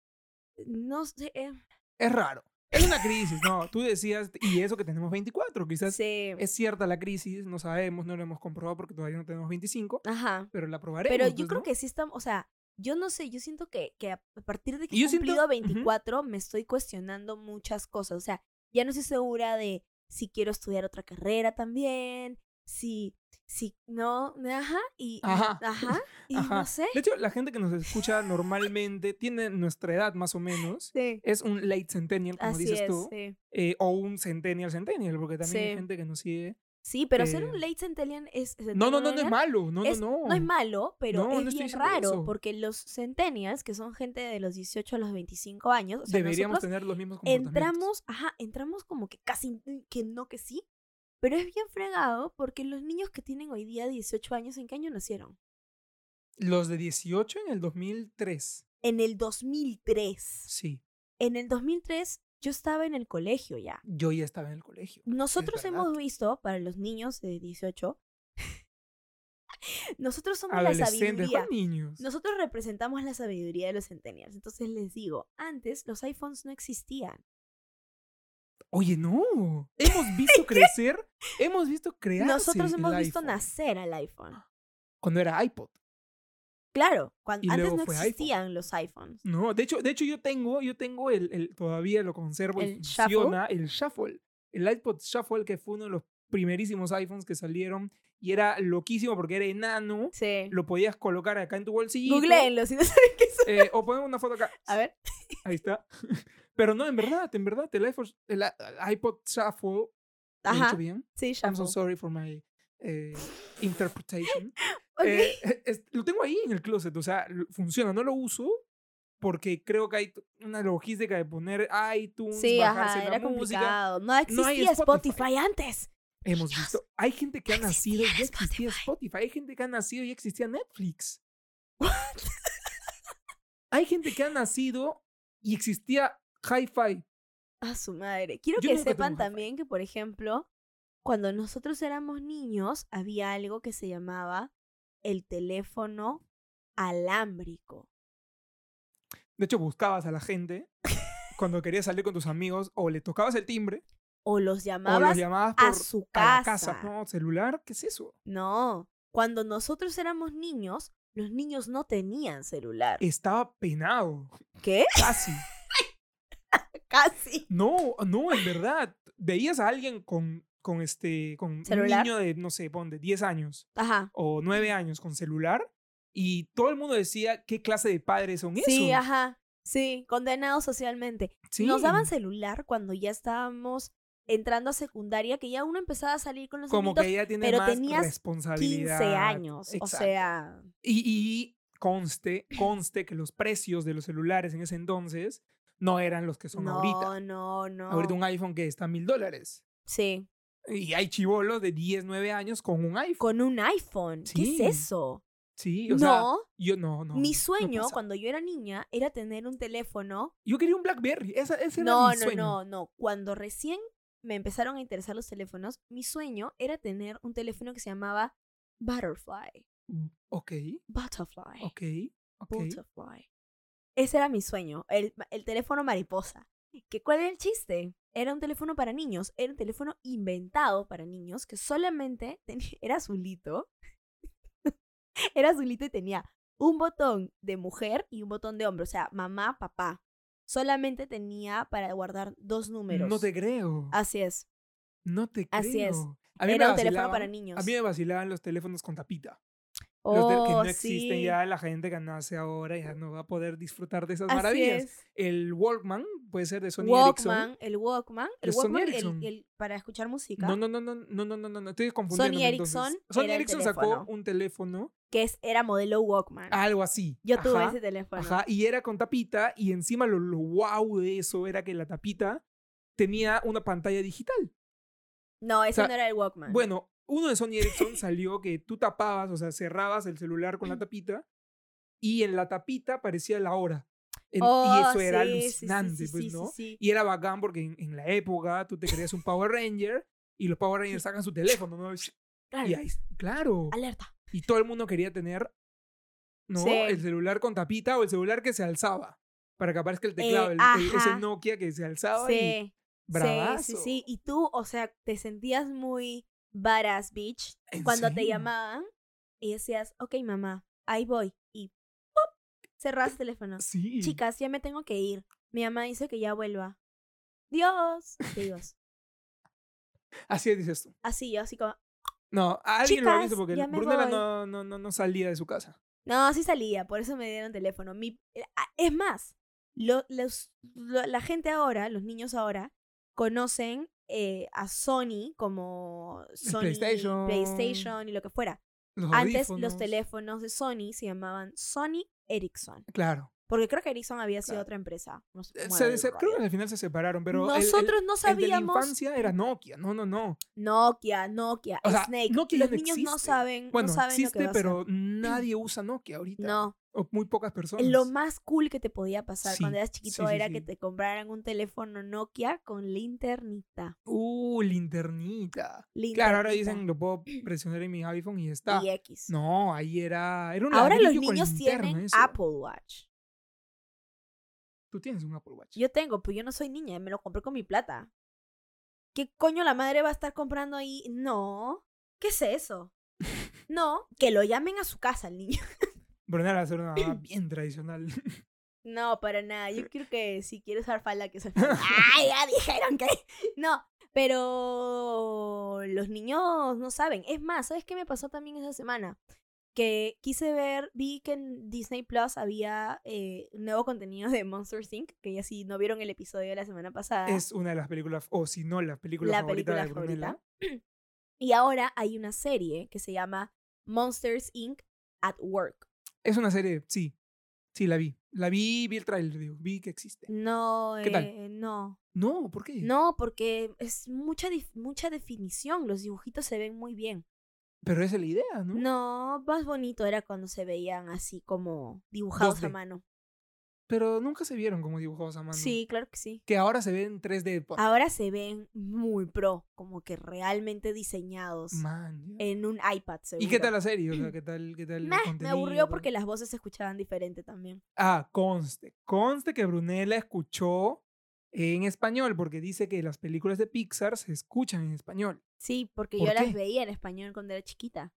Speaker 1: no sé, eh,
Speaker 2: Es raro. Es una crisis, ¿no? Tú decías, y eso que tenemos 24, quizás
Speaker 1: se-
Speaker 2: es cierta la crisis, no sabemos, no lo hemos comprobado porque todavía no tenemos 25,
Speaker 1: Ajá.
Speaker 2: pero la probaremos.
Speaker 1: Pero yo
Speaker 2: pues,
Speaker 1: creo
Speaker 2: ¿no?
Speaker 1: que sí estamos, o sea, yo no sé, yo siento que, que a a partir de que
Speaker 2: Y
Speaker 1: he
Speaker 2: yo siento-
Speaker 1: cumplido
Speaker 2: ujú.
Speaker 1: 24 me estoy cuestionando muchas cosas, o sea, ya no estoy segura de si quiero estudiar otra carrera también, si, si, no, ajá, y,
Speaker 2: Ajá. (laughs)
Speaker 1: ajá, y
Speaker 2: Ajá.
Speaker 1: no sé.
Speaker 2: De hecho, la gente que nos escucha normalmente tiene nuestra edad más o menos.
Speaker 1: Sí,
Speaker 2: Es un late centennial, como
Speaker 1: así
Speaker 2: dices
Speaker 1: es,
Speaker 2: tú,
Speaker 1: sí.
Speaker 2: eh, o un centennial centennial, porque también hay
Speaker 1: Sí.
Speaker 2: gente que nos sigue.
Speaker 1: Sí, pero ser
Speaker 2: Eh,
Speaker 1: un late centennial es...
Speaker 2: No, no, no, no es
Speaker 1: centennial
Speaker 2: malo, no,
Speaker 1: es-
Speaker 2: no, no.
Speaker 1: es malo, pero
Speaker 2: No,
Speaker 1: es
Speaker 2: no estoy
Speaker 1: bien
Speaker 2: diciendo
Speaker 1: raro,
Speaker 2: eso.
Speaker 1: porque los centennials, que son gente de los 18 a los 25 años, o sea,
Speaker 2: Deberíamos
Speaker 1: nosotros
Speaker 2: tener los mismos comportamientos.
Speaker 1: entramos, ajá, entramos como que casi n- que no que sí, pero es bien fregado porque los niños que tienen hoy día 18 años, ¿en qué año nacieron?
Speaker 2: Los de 18 en el 2003.
Speaker 1: En el 2003.
Speaker 2: Sí,
Speaker 1: En el 2003 yo estaba en el colegio ya.
Speaker 2: yo ya estaba en el colegio.
Speaker 1: Nosotros
Speaker 2: verdad.
Speaker 1: hemos visto para los niños de 18 (laughs) Nosotros somos la
Speaker 2: Adolescentes,
Speaker 1: sabiduría.
Speaker 2: son niños.
Speaker 1: Nosotros representamos la sabiduría de los centennials. Entonces les digo, antes los iPhones no existían. (laughs)
Speaker 2: Oye, no. Hemos visto crecer, hemos visto crearse
Speaker 1: Nosotros
Speaker 2: el
Speaker 1: hemos visto
Speaker 2: iPhone,
Speaker 1: nacer al iPhone.
Speaker 2: Cuando era iPod.
Speaker 1: Claro, cuando,
Speaker 2: Y
Speaker 1: antes
Speaker 2: luego
Speaker 1: no
Speaker 2: fue iPhone.
Speaker 1: existían los iPhones.
Speaker 2: No, de hecho, de hecho yo tengo, yo tengo el, el- todavía lo conservo y
Speaker 1: ¿El
Speaker 2: funciona, el Shuffle, el iPod Shuffle, que fue uno de los primerísimos iPhones que salieron y era loquísimo porque era enano,
Speaker 1: Sí.
Speaker 2: lo podías colocar acá en tu bolsillo.
Speaker 1: Googleenlo si no
Speaker 2: (laughs)
Speaker 1: saben qué es.
Speaker 2: eh, o ponemos una foto acá.
Speaker 1: (laughs) A ver.
Speaker 2: Ahí está. (laughs) Pero no, en verdad, en verdad, el, iPhone, el i- iPod Shuffle, ¿lo he dicho
Speaker 1: Ajá.
Speaker 2: bien?
Speaker 1: Sí,
Speaker 2: I'm so
Speaker 1: shuffle.
Speaker 2: sorry for my eh, interpretation.
Speaker 1: (laughs) Ok.
Speaker 2: Eh, (laughs) es- lo tengo ahí en el closet, o sea, lo- funciona, no lo uso porque creo que hay t- una logística de poner iTunes,
Speaker 1: sí,
Speaker 2: bajarse
Speaker 1: ajá,
Speaker 2: la
Speaker 1: era
Speaker 2: música.
Speaker 1: complicado. No
Speaker 2: hay
Speaker 1: existía Spotify.
Speaker 2: Spotify.
Speaker 1: antes.
Speaker 2: Hemos
Speaker 1: Dios,
Speaker 2: visto, hay gente que ha
Speaker 1: no
Speaker 2: nacido y ya
Speaker 1: existía
Speaker 2: existía Spotify, hay gente que ha nacido y ya existía Netflix. hay gente que ha nacido y existía Hi-Fi.
Speaker 1: A su madre. Quiero
Speaker 2: Yo
Speaker 1: que
Speaker 2: nunca tuve
Speaker 1: sepan
Speaker 2: un hi-fi.
Speaker 1: también que, por ejemplo, cuando nosotros éramos niños, había algo que se llamaba el teléfono alámbrico.
Speaker 2: De hecho, buscabas a la gente cuando querías salir con tus amigos o le tocabas el timbre
Speaker 1: O los
Speaker 2: o
Speaker 1: llamabas
Speaker 2: los llamabas por
Speaker 1: a su
Speaker 2: a la
Speaker 1: casa.
Speaker 2: casa. No, celular, ¿qué es eso?
Speaker 1: No, cuando nosotros éramos niños, los niños no tenían celular.
Speaker 2: Estaba penado.
Speaker 1: ¿Qué? (laughs)
Speaker 2: Casi.
Speaker 1: Casi.
Speaker 2: No, no, en verdad. Veías a alguien con, con este, con
Speaker 1: ¿Celular?
Speaker 2: un niño de, no sé, pon de 10 años
Speaker 1: Ajá.
Speaker 2: o 9 años con celular y todo el mundo decía qué clase de padres son
Speaker 1: Sí,
Speaker 2: esos.
Speaker 1: ajá. Sí, condenados socialmente.
Speaker 2: Sí.
Speaker 1: Nos daban celular cuando ya estábamos entrando a secundaria, que ya uno empezaba a salir con los
Speaker 2: Como
Speaker 1: amiguitos,
Speaker 2: que ya tiene
Speaker 1: pero
Speaker 2: más
Speaker 1: tenías 15
Speaker 2: responsabilidad.
Speaker 1: años. O
Speaker 2: Exacto.
Speaker 1: sea,
Speaker 2: Y, y conste, conste que los precios de los celulares en ese entonces no eran los que son
Speaker 1: no,
Speaker 2: ahorita.
Speaker 1: no, no.
Speaker 2: Ahorita un iPhone que está a mil dólares.
Speaker 1: Sí,
Speaker 2: Y hay chivolos de 10, 9 años con un iPhone.
Speaker 1: con un iPhone.
Speaker 2: Sí.
Speaker 1: ¿Qué es eso?
Speaker 2: Sí, o
Speaker 1: No,
Speaker 2: sea, yo no, no.
Speaker 1: mi
Speaker 2: no
Speaker 1: sueño
Speaker 2: pasa.
Speaker 1: cuando yo era niña era tener un teléfono
Speaker 2: Yo quería un BlackBerry. Esa, ese era
Speaker 1: No,
Speaker 2: mi
Speaker 1: no,
Speaker 2: sueño.
Speaker 1: no, no. Cuando recién me empezaron a interesar los teléfonos, mi sueño era tener un teléfono que se llamaba Butterfly.
Speaker 2: Mm, Ok,
Speaker 1: Butterfly.
Speaker 2: ok, ok.
Speaker 1: Butterfly. Ese era mi sueño, el, el teléfono mariposa. ¿Que ¿Cuál era el chiste? Era un teléfono para niños, era un teléfono inventado para niños que solamente tenía- (laughs) era azulito. era azulito y tenía un botón de mujer y un botón de hombre, o sea, mamá, papá. Solamente tenía para guardar dos números.
Speaker 2: No te creo.
Speaker 1: Así es.
Speaker 2: no te creo.
Speaker 1: así es.
Speaker 2: A mí
Speaker 1: Era
Speaker 2: me
Speaker 1: un teléfono
Speaker 2: vacilaban-
Speaker 1: para niños.
Speaker 2: A mí me vacilaban los teléfonos con tapita. los de- que
Speaker 1: Oh,
Speaker 2: no existen
Speaker 1: sí.
Speaker 2: ya, la gente que nace ahora ya no va a poder disfrutar de esas
Speaker 1: Así
Speaker 2: maravillas.
Speaker 1: es.
Speaker 2: El Walkman puede ser de Sony Ericsson.
Speaker 1: Walkman, el Walkman, el
Speaker 2: El Sony
Speaker 1: Walkman, el-
Speaker 2: Ericsson.
Speaker 1: el- para escuchar música,
Speaker 2: No, no, no, no, no, no, no, no, no, estoy confundiendo.
Speaker 1: Ericsson
Speaker 2: Sony
Speaker 1: era el
Speaker 2: Ericsson sacó
Speaker 1: teléfono.
Speaker 2: un teléfono,
Speaker 1: que es, era modelo Walkman.
Speaker 2: algo así.
Speaker 1: Yo tuve
Speaker 2: Ah, Ajá.
Speaker 1: ese teléfono.
Speaker 2: Ajá, y era con tapita y encima lo, lo wow de eso era que la tapita tenía una pantalla digital.
Speaker 1: No, ese
Speaker 2: sea,
Speaker 1: no era el Walkman.
Speaker 2: Bueno, uno de Sony Ericsson
Speaker 1: (laughs)
Speaker 2: salió que tú tapabas, o sea, cerrabas el celular con la tapita y en la tapita parecía la hora. En-
Speaker 1: Oh,
Speaker 2: y eso era
Speaker 1: sí, sí, sí,
Speaker 2: alucinante,
Speaker 1: sí,
Speaker 2: pues,
Speaker 1: sí, sí,
Speaker 2: ¿no?
Speaker 1: sí.
Speaker 2: Y era bacán porque en, en la época tú te creías un Power Ranger y los
Speaker 1: (laughs)
Speaker 2: Power Rangers sacan su teléfono, ¿no? Y
Speaker 1: Claro,
Speaker 2: ahí, claro.
Speaker 1: Alerta.
Speaker 2: Y todo el mundo quería tener, ¿no?
Speaker 1: Sí.
Speaker 2: El celular con tapita o el celular que se alzaba. Para que aparezca el teclado, el- el- ese
Speaker 1: Eh, ajá.
Speaker 2: Nokia que se alzaba y
Speaker 1: Sí, sí,
Speaker 2: bravazo.
Speaker 1: sí, sí. Y tú, o sea, te sentías muy badass, bitch,
Speaker 2: ¿En
Speaker 1: cuando te
Speaker 2: serio?
Speaker 1: llamaban y decías, ok, mamá, ahí voy. Y ¡pop! cerrabas el teléfono.
Speaker 2: Sí.
Speaker 1: Chicas, ya me tengo que ir. Mi mamá dice que ya vuelva. Dios. Dios.
Speaker 2: Así dices tú.
Speaker 1: Así, yo así como,
Speaker 2: No, a alguien lo
Speaker 1: Chicas,
Speaker 2: hizo porque
Speaker 1: ya me
Speaker 2: Brunella
Speaker 1: voy.
Speaker 2: no, no, no, no salía de su casa.
Speaker 1: No, sí salía, por eso me dieron teléfono. Mi, eh, ah, es más, lo- los- lo- la gente ahora, los niños ahora, conocen eh, a Sony como Sony,
Speaker 2: PlayStation.
Speaker 1: PlayStation y lo que fuera.
Speaker 2: Los
Speaker 1: Antes
Speaker 2: audífonos.
Speaker 1: los teléfonos de Sony se llamaban Sony Ericsson.
Speaker 2: Claro.
Speaker 1: Porque creo que Ericsson había sido
Speaker 2: Claro.
Speaker 1: otra empresa. No sé
Speaker 2: Eh,
Speaker 1: cómo
Speaker 2: se-
Speaker 1: era el
Speaker 2: se-
Speaker 1: rollo.
Speaker 2: creo que al final se separaron, pero. el- el-
Speaker 1: Nosotros no
Speaker 2: el de la
Speaker 1: sabíamos.
Speaker 2: infancia era Nokia, no, no, no.
Speaker 1: Nokia, Nokia,
Speaker 2: O sea,
Speaker 1: Snake.
Speaker 2: Nokia ya
Speaker 1: Los
Speaker 2: no
Speaker 1: niños no
Speaker 2: existe.
Speaker 1: saben,
Speaker 2: Bueno,
Speaker 1: no saben
Speaker 2: existe,
Speaker 1: lo que va a (clears throat)
Speaker 2: pero
Speaker 1: ser.
Speaker 2: nadie usa Nokia ahorita.
Speaker 1: No,
Speaker 2: O muy pocas personas.
Speaker 1: lo más cool que te podía pasar
Speaker 2: Sí,
Speaker 1: cuando eras chiquito
Speaker 2: sí, sí,
Speaker 1: era que
Speaker 2: sí.
Speaker 1: te compraran un teléfono Nokia con linternita.
Speaker 2: Uh, linternita.
Speaker 1: linternita
Speaker 2: Claro, ahora dicen,
Speaker 1: (clears throat)
Speaker 2: lo puedo presionar en mi iPhone y ya está.
Speaker 1: y X.
Speaker 2: No, ahí era. era un
Speaker 1: Ahora los
Speaker 2: ladrillo con
Speaker 1: niños
Speaker 2: linterna,
Speaker 1: tienen
Speaker 2: eso.
Speaker 1: Apple Watch.
Speaker 2: Tú tienes un Apple Watch.
Speaker 1: Yo tengo, pero yo no soy niña, me lo compré con mi plata. ¿Qué coño la madre va a estar comprando ahí? No. ¿Qué es
Speaker 2: (laughs)
Speaker 1: eso? No, que lo llamen a su casa el niño.
Speaker 2: Brunella es una
Speaker 1: (clears throat)
Speaker 2: mamá bien tradicional.
Speaker 1: No, para nada. Yo quiero que si quieres usar falda, que se
Speaker 2: (laughs)
Speaker 1: ¡Ay, ya dijeron que! (laughs) No, pero los niños no saben. Es más, ¿sabes qué me pasó también esa semana? Que quise ver, vi que en Disney Plus había eh, nuevo contenido de Monsters Inc., que ya si no vieron el episodio de la semana pasada.
Speaker 2: es una de las películas, o si no, la película
Speaker 1: la
Speaker 2: favorita
Speaker 1: película
Speaker 2: de Brunella.
Speaker 1: favorita. (clears throat) Y ahora hay una serie que se llama Monsters Inc. at Work.
Speaker 2: Es una serie, sí. Sí, la vi. La vi, vi el trailer, digo, vi que existe.
Speaker 1: No,
Speaker 2: ¿Qué tal?
Speaker 1: eh, no.
Speaker 2: No, ¿por qué?
Speaker 1: No, porque es mucha, dif- mucha definición. Los dibujitos se ven muy bien.
Speaker 2: Pero esa es la idea, ¿no?
Speaker 1: No, más bonito era cuando se veían así como dibujados a
Speaker 2: 2D.
Speaker 1: mano.
Speaker 2: Pero nunca se vieron como dibujados a mano.
Speaker 1: Sí, Ah, claro que sí.
Speaker 2: Que ahora se ven 3D. po-
Speaker 1: Ahora se ven muy pro, como que realmente diseñados
Speaker 2: Man. ya.
Speaker 1: en un iPad.
Speaker 2: ¿Y qué
Speaker 1: seguro.
Speaker 2: tal la serie? O
Speaker 1: (clears throat)
Speaker 2: sea, ¿qué tal, qué tal el
Speaker 1: Meh, me
Speaker 2: contenido?
Speaker 1: aburrió porque las voces se escuchaban diferente también.
Speaker 2: Ah, conste. Conste que Brunella escuchó en español porque dice que las películas de Pixar se escuchan en español.
Speaker 1: Sí, porque
Speaker 2: ¿Por
Speaker 1: yo las
Speaker 2: qué?
Speaker 1: veía en español cuando era chiquita.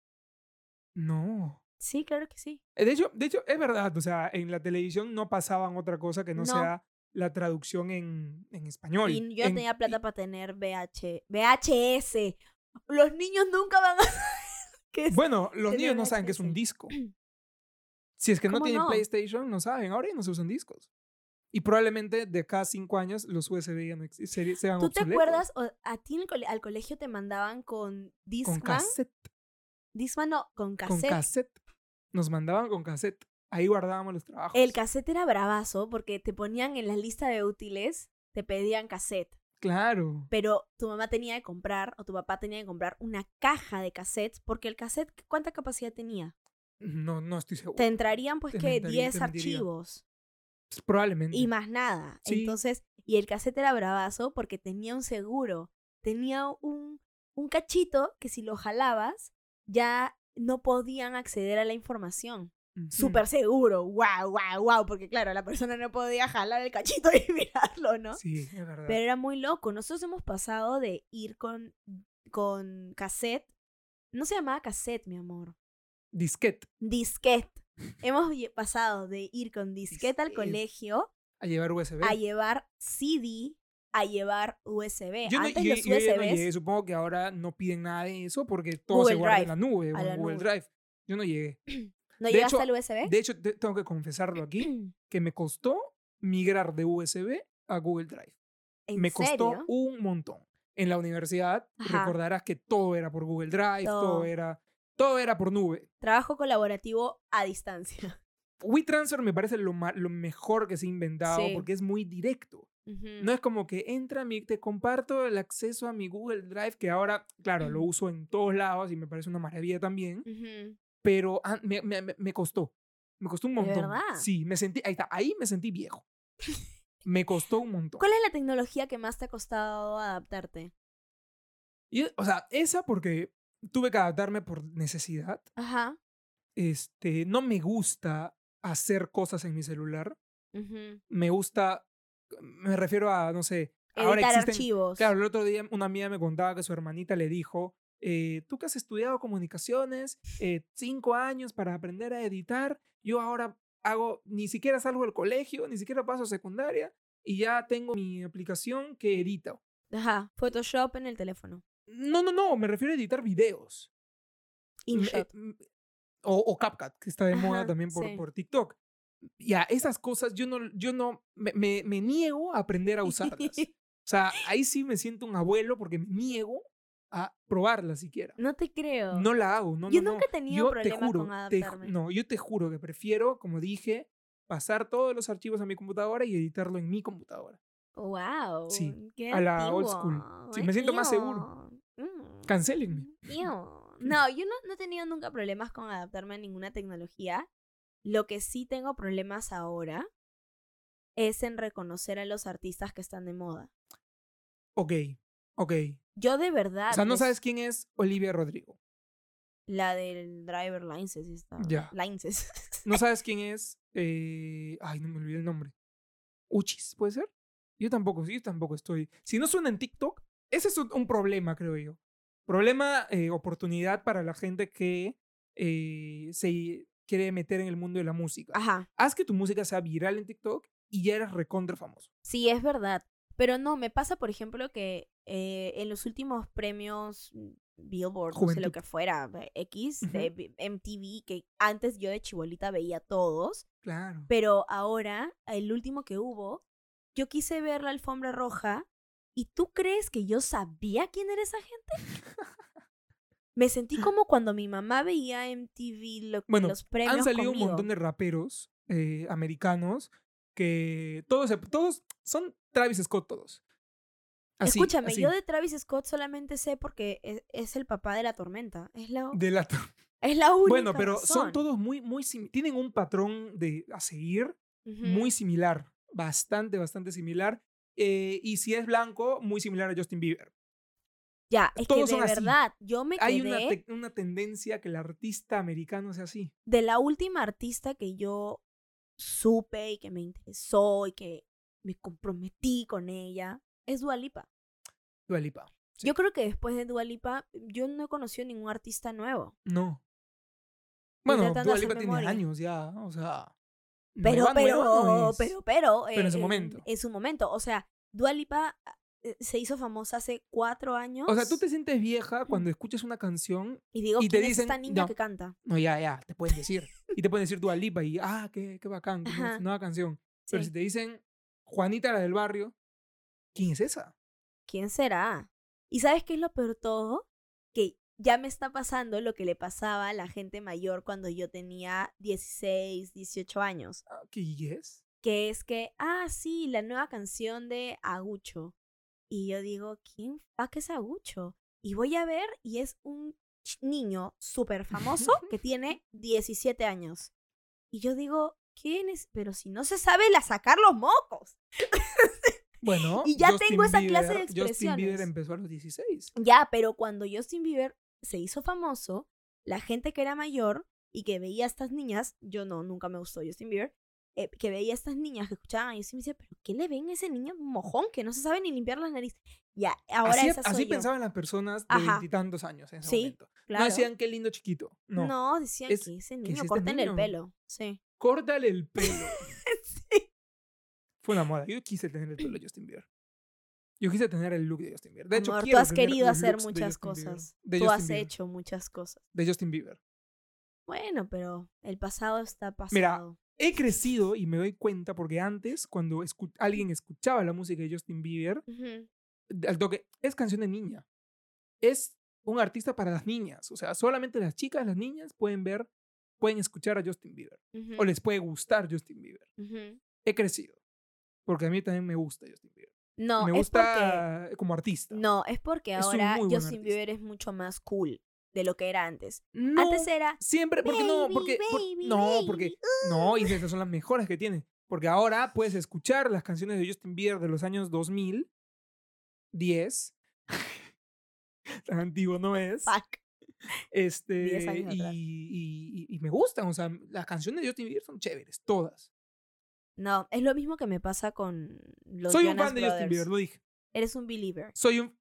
Speaker 2: No.
Speaker 1: Sí, claro que sí.
Speaker 2: Eh, De hecho, de hecho, es verdad. O sea, en la televisión no pasaban otra cosa que no,
Speaker 1: No.
Speaker 2: sea la traducción en, en español.
Speaker 1: Y yo
Speaker 2: En-
Speaker 1: tenía plata para tener VH, VHS. Los niños nunca van a (laughs) saber qué es. (laughs)
Speaker 2: Bueno, los
Speaker 1: Tenía
Speaker 2: niños no saben que es un
Speaker 1: VHS.
Speaker 2: disco.
Speaker 1: (clears throat)
Speaker 2: Si es que no
Speaker 1: ¿Cómo
Speaker 2: tienen
Speaker 1: no?
Speaker 2: PlayStation, no saben. Ahora ya no se usan discos. Y probablemente de cada cinco años los USB ya no ex- se- sean
Speaker 1: ¿Tú te
Speaker 2: obsoletos.
Speaker 1: acuerdas? O- a ti en el cole- al colegio te mandaban con
Speaker 2: Con
Speaker 1: Discman.
Speaker 2: cassette.
Speaker 1: Discman no, con
Speaker 2: Con
Speaker 1: cassette.
Speaker 2: cassette. Nos mandaban con cassette. Ahí guardábamos los trabajos.
Speaker 1: el cassette era bravazo porque te ponían en la lista de útiles, te pedían cassette.
Speaker 2: Claro.
Speaker 1: Pero tu mamá tenía que comprar o tu papá tenía que comprar una caja de cassettes porque el cassette, ¿cuánta capacidad tenía?
Speaker 2: No, no estoy seguro.
Speaker 1: Te entrarían pues
Speaker 2: Te
Speaker 1: que
Speaker 2: entraría-
Speaker 1: 10
Speaker 2: te mentiría.
Speaker 1: archivos.
Speaker 2: Pues Probablemente.
Speaker 1: y más nada.
Speaker 2: Sí.
Speaker 1: Entonces, y el cassette era bravazo porque tenía un seguro, tenía un, un cachito que si lo jalabas ya no podían acceder a la información.
Speaker 2: Ujú.
Speaker 1: Súper seguro, wow, wow, wow, porque claro, la persona no podía jalar el cachito y (laughs) mirarlo, ¿no?
Speaker 2: Sí, es verdad.
Speaker 1: Pero era muy loco. Nosotros hemos pasado de ir con, con cassette, no se llamaba cassette, mi amor,
Speaker 2: Disquete.
Speaker 1: disquete. Hemos lle- pasado de ir con disquete al
Speaker 2: Disquete.
Speaker 1: colegio
Speaker 2: A llevar USB.
Speaker 1: a llevar CD, a llevar USB.
Speaker 2: Yo no,
Speaker 1: Antes
Speaker 2: yo-
Speaker 1: los
Speaker 2: yo ya no llegué.
Speaker 1: USBs.
Speaker 2: Supongo que ahora no piden nada de eso porque todo
Speaker 1: Google
Speaker 2: se guarda
Speaker 1: Drive,
Speaker 2: en la nube,
Speaker 1: a
Speaker 2: o en
Speaker 1: la
Speaker 2: Google
Speaker 1: nube. ¿Eh?
Speaker 2: Drive. Yo no llegué.
Speaker 1: ¿No
Speaker 2: de
Speaker 1: llegaste
Speaker 2: hecho,
Speaker 1: al USB?
Speaker 2: De hecho, te- tengo que confesarlo
Speaker 1: (clears throat)
Speaker 2: aquí, que me costó migrar de USB a Google Drive.
Speaker 1: ¿En
Speaker 2: me
Speaker 1: serio?
Speaker 2: costó un montón. En la universidad
Speaker 1: Ajá.
Speaker 2: recordarás que todo era por Google Drive, todo.
Speaker 1: Todo.
Speaker 2: era todo era por nube.
Speaker 1: Trabajo colaborativo a (laughs) distancia.
Speaker 2: WeTransfer me parece lo, ma- lo mejor que se ha inventado
Speaker 1: Sí. Mm.
Speaker 2: porque es muy directo. No es como que entra mi, te comparto el acceso a mi Google Drive, que ahora, claro, lo
Speaker 1: Ujú.
Speaker 2: uso en todos lados y me parece una maravilla también,
Speaker 1: Mm.
Speaker 2: pero ah, me, me- me- me costó. Me costó un
Speaker 1: ¿De
Speaker 2: montón.
Speaker 1: verdad?
Speaker 2: Sí, me sentí, ahí está, ahí me
Speaker 1: (laughs)
Speaker 2: sentí viejo. Me costó un montón.
Speaker 1: ¿Cuál es la tecnología que más te ha costado adaptarte?
Speaker 2: Y, o sea, esa porque tuve que adaptarme por necesidad.
Speaker 1: Ajá.
Speaker 2: Este, no me gusta hacer cosas en mi celular.
Speaker 1: ujú.
Speaker 2: Me gusta, me refiero a, no sé, ahora
Speaker 1: Editar
Speaker 2: existen
Speaker 1: archivos.
Speaker 2: Claro, el otro día una amiga me contaba que su hermanita le dijo, eh, tú que has estudiado comunicaciones, eh, cinco años para aprender a editar, yo ahora hago, ni siquiera salgo del colegio, ni siquiera paso secundaria y ya tengo mi aplicación que edita.
Speaker 1: Ajá. Photoshop en el teléfono.
Speaker 2: No, no, no, me refiero a editar videos. M- eh,
Speaker 1: InShot.
Speaker 2: m- O, o CapCut, que está de moda
Speaker 1: Ajá,
Speaker 2: también por,
Speaker 1: sí.
Speaker 2: por TikTok. Ya, esas cosas yo no, yo no, me, me- me niego
Speaker 1: (laughs)
Speaker 2: a aprender a usarlas. O sea, ahí sí me siento un abuelo porque me niego a probarla siquiera.
Speaker 1: no te creo.
Speaker 2: No la hago, no,
Speaker 1: Yo
Speaker 2: no, no.
Speaker 1: nunca he tenido
Speaker 2: Yo
Speaker 1: problema
Speaker 2: te juro,
Speaker 1: con
Speaker 2: te ju-
Speaker 1: adaptarme.
Speaker 2: no, yo te juro que prefiero, como dije, pasar todos los archivos a mi computadora y editarlo en mi computadora.
Speaker 1: Wow.
Speaker 2: Sí,
Speaker 1: qué
Speaker 2: a la old
Speaker 1: antiguo.
Speaker 2: school. Sí, me siento más seguro.
Speaker 1: Mm.
Speaker 2: Cancelenme. (laughs)
Speaker 1: Ew. No, yo no, no he tenido nunca problemas con adaptarme a ninguna tecnología. Lo que sí tengo problemas ahora es en reconocer a los artistas que están de moda.
Speaker 2: Ok, ok.
Speaker 1: Yo de verdad.
Speaker 2: O sea, no
Speaker 1: des-
Speaker 2: sabes quién es Olivia Rodrigo.
Speaker 1: La del driver License. Esta.
Speaker 2: Ya.
Speaker 1: License.
Speaker 2: No sabes quién es. eh, Ay, no me olvidé el nombre. Uchis, ¿puede ser? Yo tampoco, yo tampoco estoy. Si no suena en TikTok, ese es un, un problema, creo yo. Problema, eh, oportunidad para la gente que eh, se quiere meter en el mundo de la música.
Speaker 1: (laughs) Ajá.
Speaker 2: Haz que tu música sea viral en TikTok y ya eres recontra famoso.
Speaker 1: Sí, es verdad. Pero no, me pasa, por ejemplo, que eh, en los últimos premios mm, Billboard, no sé lo
Speaker 2: Juventud.
Speaker 1: que fuera, eh, X,
Speaker 2: Ujú.
Speaker 1: eh, B- MTV, que antes yo de chibolita veía todos,
Speaker 2: Claro.
Speaker 1: Pero ahora, el último que hubo, yo quise ver la alfombra roja y tú crees que yo sabía quién era esa gente.
Speaker 2: (laughs)
Speaker 1: Me sentí como cuando mi mamá veía MTV lo-
Speaker 2: Bueno,
Speaker 1: los premios.
Speaker 2: Han salido
Speaker 1: conmigo.
Speaker 2: un montón de raperos eh, americanos que todos, se- todos son Travis Scott todos. Así,
Speaker 1: Escúchame,
Speaker 2: así,
Speaker 1: yo de Travis Scott solamente sé porque es, es el papá de la tormenta. Es la,
Speaker 2: de la-
Speaker 1: es la única.
Speaker 2: Bueno, pero son
Speaker 1: razón.
Speaker 2: todos muy, muy sim- tienen un patrón de a seguir
Speaker 1: Ujú.
Speaker 2: muy similar, bastante, bastante similar. Eh, y si es blanco, muy similar a Justin Bieber.
Speaker 1: Ya, es que
Speaker 2: todos
Speaker 1: de
Speaker 2: son así.
Speaker 1: verdad, yo me
Speaker 2: Hay
Speaker 1: quedé.
Speaker 2: una, te- una tendencia que el artista americano sea así.
Speaker 1: de la última artista que yo supe y que me interesó y que me comprometí con ella es Dualipa.
Speaker 2: Dua Lipa. Sí.
Speaker 1: Yo creo que después de Dualipa yo no he conocido ningún artista nuevo.
Speaker 2: No.
Speaker 1: Estoy
Speaker 2: Bueno,
Speaker 1: tratando de
Speaker 2: Dua
Speaker 1: hacer
Speaker 2: Lipa tiene
Speaker 1: memoria.
Speaker 2: años ya, o sea.
Speaker 1: Pero,
Speaker 2: nueva,
Speaker 1: pero,
Speaker 2: nueva no es.
Speaker 1: pero, pero, eh,
Speaker 2: Pero en su
Speaker 1: eh,
Speaker 2: momento.
Speaker 1: En su momento. O sea, Dualipa se hizo famosa hace cuatro años.
Speaker 2: O sea, tú te sientes vieja
Speaker 1: Mm.
Speaker 2: cuando escuchas una canción.
Speaker 1: Y digo,
Speaker 2: y te
Speaker 1: ¿quién es
Speaker 2: dicen,
Speaker 1: esta niña
Speaker 2: no.
Speaker 1: que canta?
Speaker 2: No, ya, ya, te pueden decir. Y te pueden decir Dua Lipa y, ah, qué, qué bacán, qué
Speaker 1: Ajá.
Speaker 2: nueva canción. Pero
Speaker 1: Sí.
Speaker 2: si te dicen Juanita la del barrio, ¿quién es esa?
Speaker 1: ¿quién será? ¿Y sabes qué es lo peor de todo? Que ya me está pasando lo que le pasaba a la gente mayor cuando yo tenía 16, 18 años,
Speaker 2: Ah, ¿Qué es?
Speaker 1: que es que, ah, sí, la nueva canción de Agucho. Y yo digo, ¿quién fuck es Agucho? Y voy a ver y es un ch- niño súper famoso
Speaker 2: (laughs)
Speaker 1: que tiene 17 años. Y yo digo, ¿quién es? Pero si no se sabe la sacar los mocos.
Speaker 2: Bueno,
Speaker 1: Y ya tengo esa clase de
Speaker 2: Justin
Speaker 1: expresiones.
Speaker 2: Bieber empezó a los 16.
Speaker 1: Ya, pero cuando Justin Bieber se hizo famoso, la gente que era mayor y que veía a estas niñas, yo no, nunca me gustó Justin Bieber, eh, que veía a estas niñas que escuchaban a Justin Bieber, pero ¿qué le ven a ese niño mojón que no se sabe ni limpiar las narices? Ya, ahora
Speaker 2: así
Speaker 1: esa soy
Speaker 2: así
Speaker 1: yo.
Speaker 2: pensaban las personas de
Speaker 1: Ajá.
Speaker 2: veintitantos años en ese
Speaker 1: Sí,
Speaker 2: momento.
Speaker 1: claro.
Speaker 2: No decían qué lindo chiquito. No.
Speaker 1: No, decían
Speaker 2: Es-
Speaker 1: que ese niño,
Speaker 2: es este
Speaker 1: córtenle
Speaker 2: niño?
Speaker 1: el pelo. Sí.
Speaker 2: Córtale
Speaker 1: (laughs)
Speaker 2: el pelo.
Speaker 1: Sí.
Speaker 2: Fue una moda. Yo quise tener el pelo de Justin Bieber. Yo quise tener el look de Justin Bieber. De hecho,
Speaker 1: Amor, tú
Speaker 2: quiero
Speaker 1: has
Speaker 2: tener
Speaker 1: querido
Speaker 2: los
Speaker 1: hacer
Speaker 2: looks de
Speaker 1: muchas
Speaker 2: Justin Bieber.
Speaker 1: cosas.
Speaker 2: De
Speaker 1: Tú
Speaker 2: Justin
Speaker 1: has
Speaker 2: Bieber.
Speaker 1: hecho muchas cosas.
Speaker 2: De Justin Bieber.
Speaker 1: Bueno, pero el pasado está pasado.
Speaker 2: Mira, He crecido y me doy cuenta porque antes, cuando escu- alguien escuchaba la música de Justin Bieber,
Speaker 1: Ujú.
Speaker 2: al toque, es canción de niña. Es un artista para las niñas. O sea, solamente las chicas, las niñas pueden ver, pueden escuchar a Justin Bieber.
Speaker 1: Ujú.
Speaker 2: O les puede gustar Justin Bieber.
Speaker 1: Ujú.
Speaker 2: He crecido. Porque a mí también me gusta Justin Bieber.
Speaker 1: No,
Speaker 2: me
Speaker 1: es porque...
Speaker 2: gusta como artista.
Speaker 1: No, es porque
Speaker 2: Es un
Speaker 1: ahora
Speaker 2: muy buen
Speaker 1: Justin
Speaker 2: artista.
Speaker 1: Bieber es mucho más cool de lo que era antes.
Speaker 2: No,
Speaker 1: Antes era.
Speaker 2: siempre. Porque no,
Speaker 1: Baby,
Speaker 2: porque. por-
Speaker 1: baby,
Speaker 2: no,
Speaker 1: baby, uh.
Speaker 2: porque. No, y esas son las mejores que tiene. Porque ahora puedes escuchar las canciones de Justin Bieber de los años 2000, (laughs) 10. Tan antiguo no es.
Speaker 1: Fuck.
Speaker 2: Este,
Speaker 1: 10
Speaker 2: y,
Speaker 1: años atrás.
Speaker 2: y- y- y me gustan, o sea, las canciones de Justin Bieber son chéveres, todas.
Speaker 1: No, es lo mismo que me pasa con los
Speaker 2: Soy un
Speaker 1: Jonas
Speaker 2: fan de Justin
Speaker 1: Brothers.
Speaker 2: Bieber, lo dije.
Speaker 1: Eres un believer.
Speaker 2: Soy un.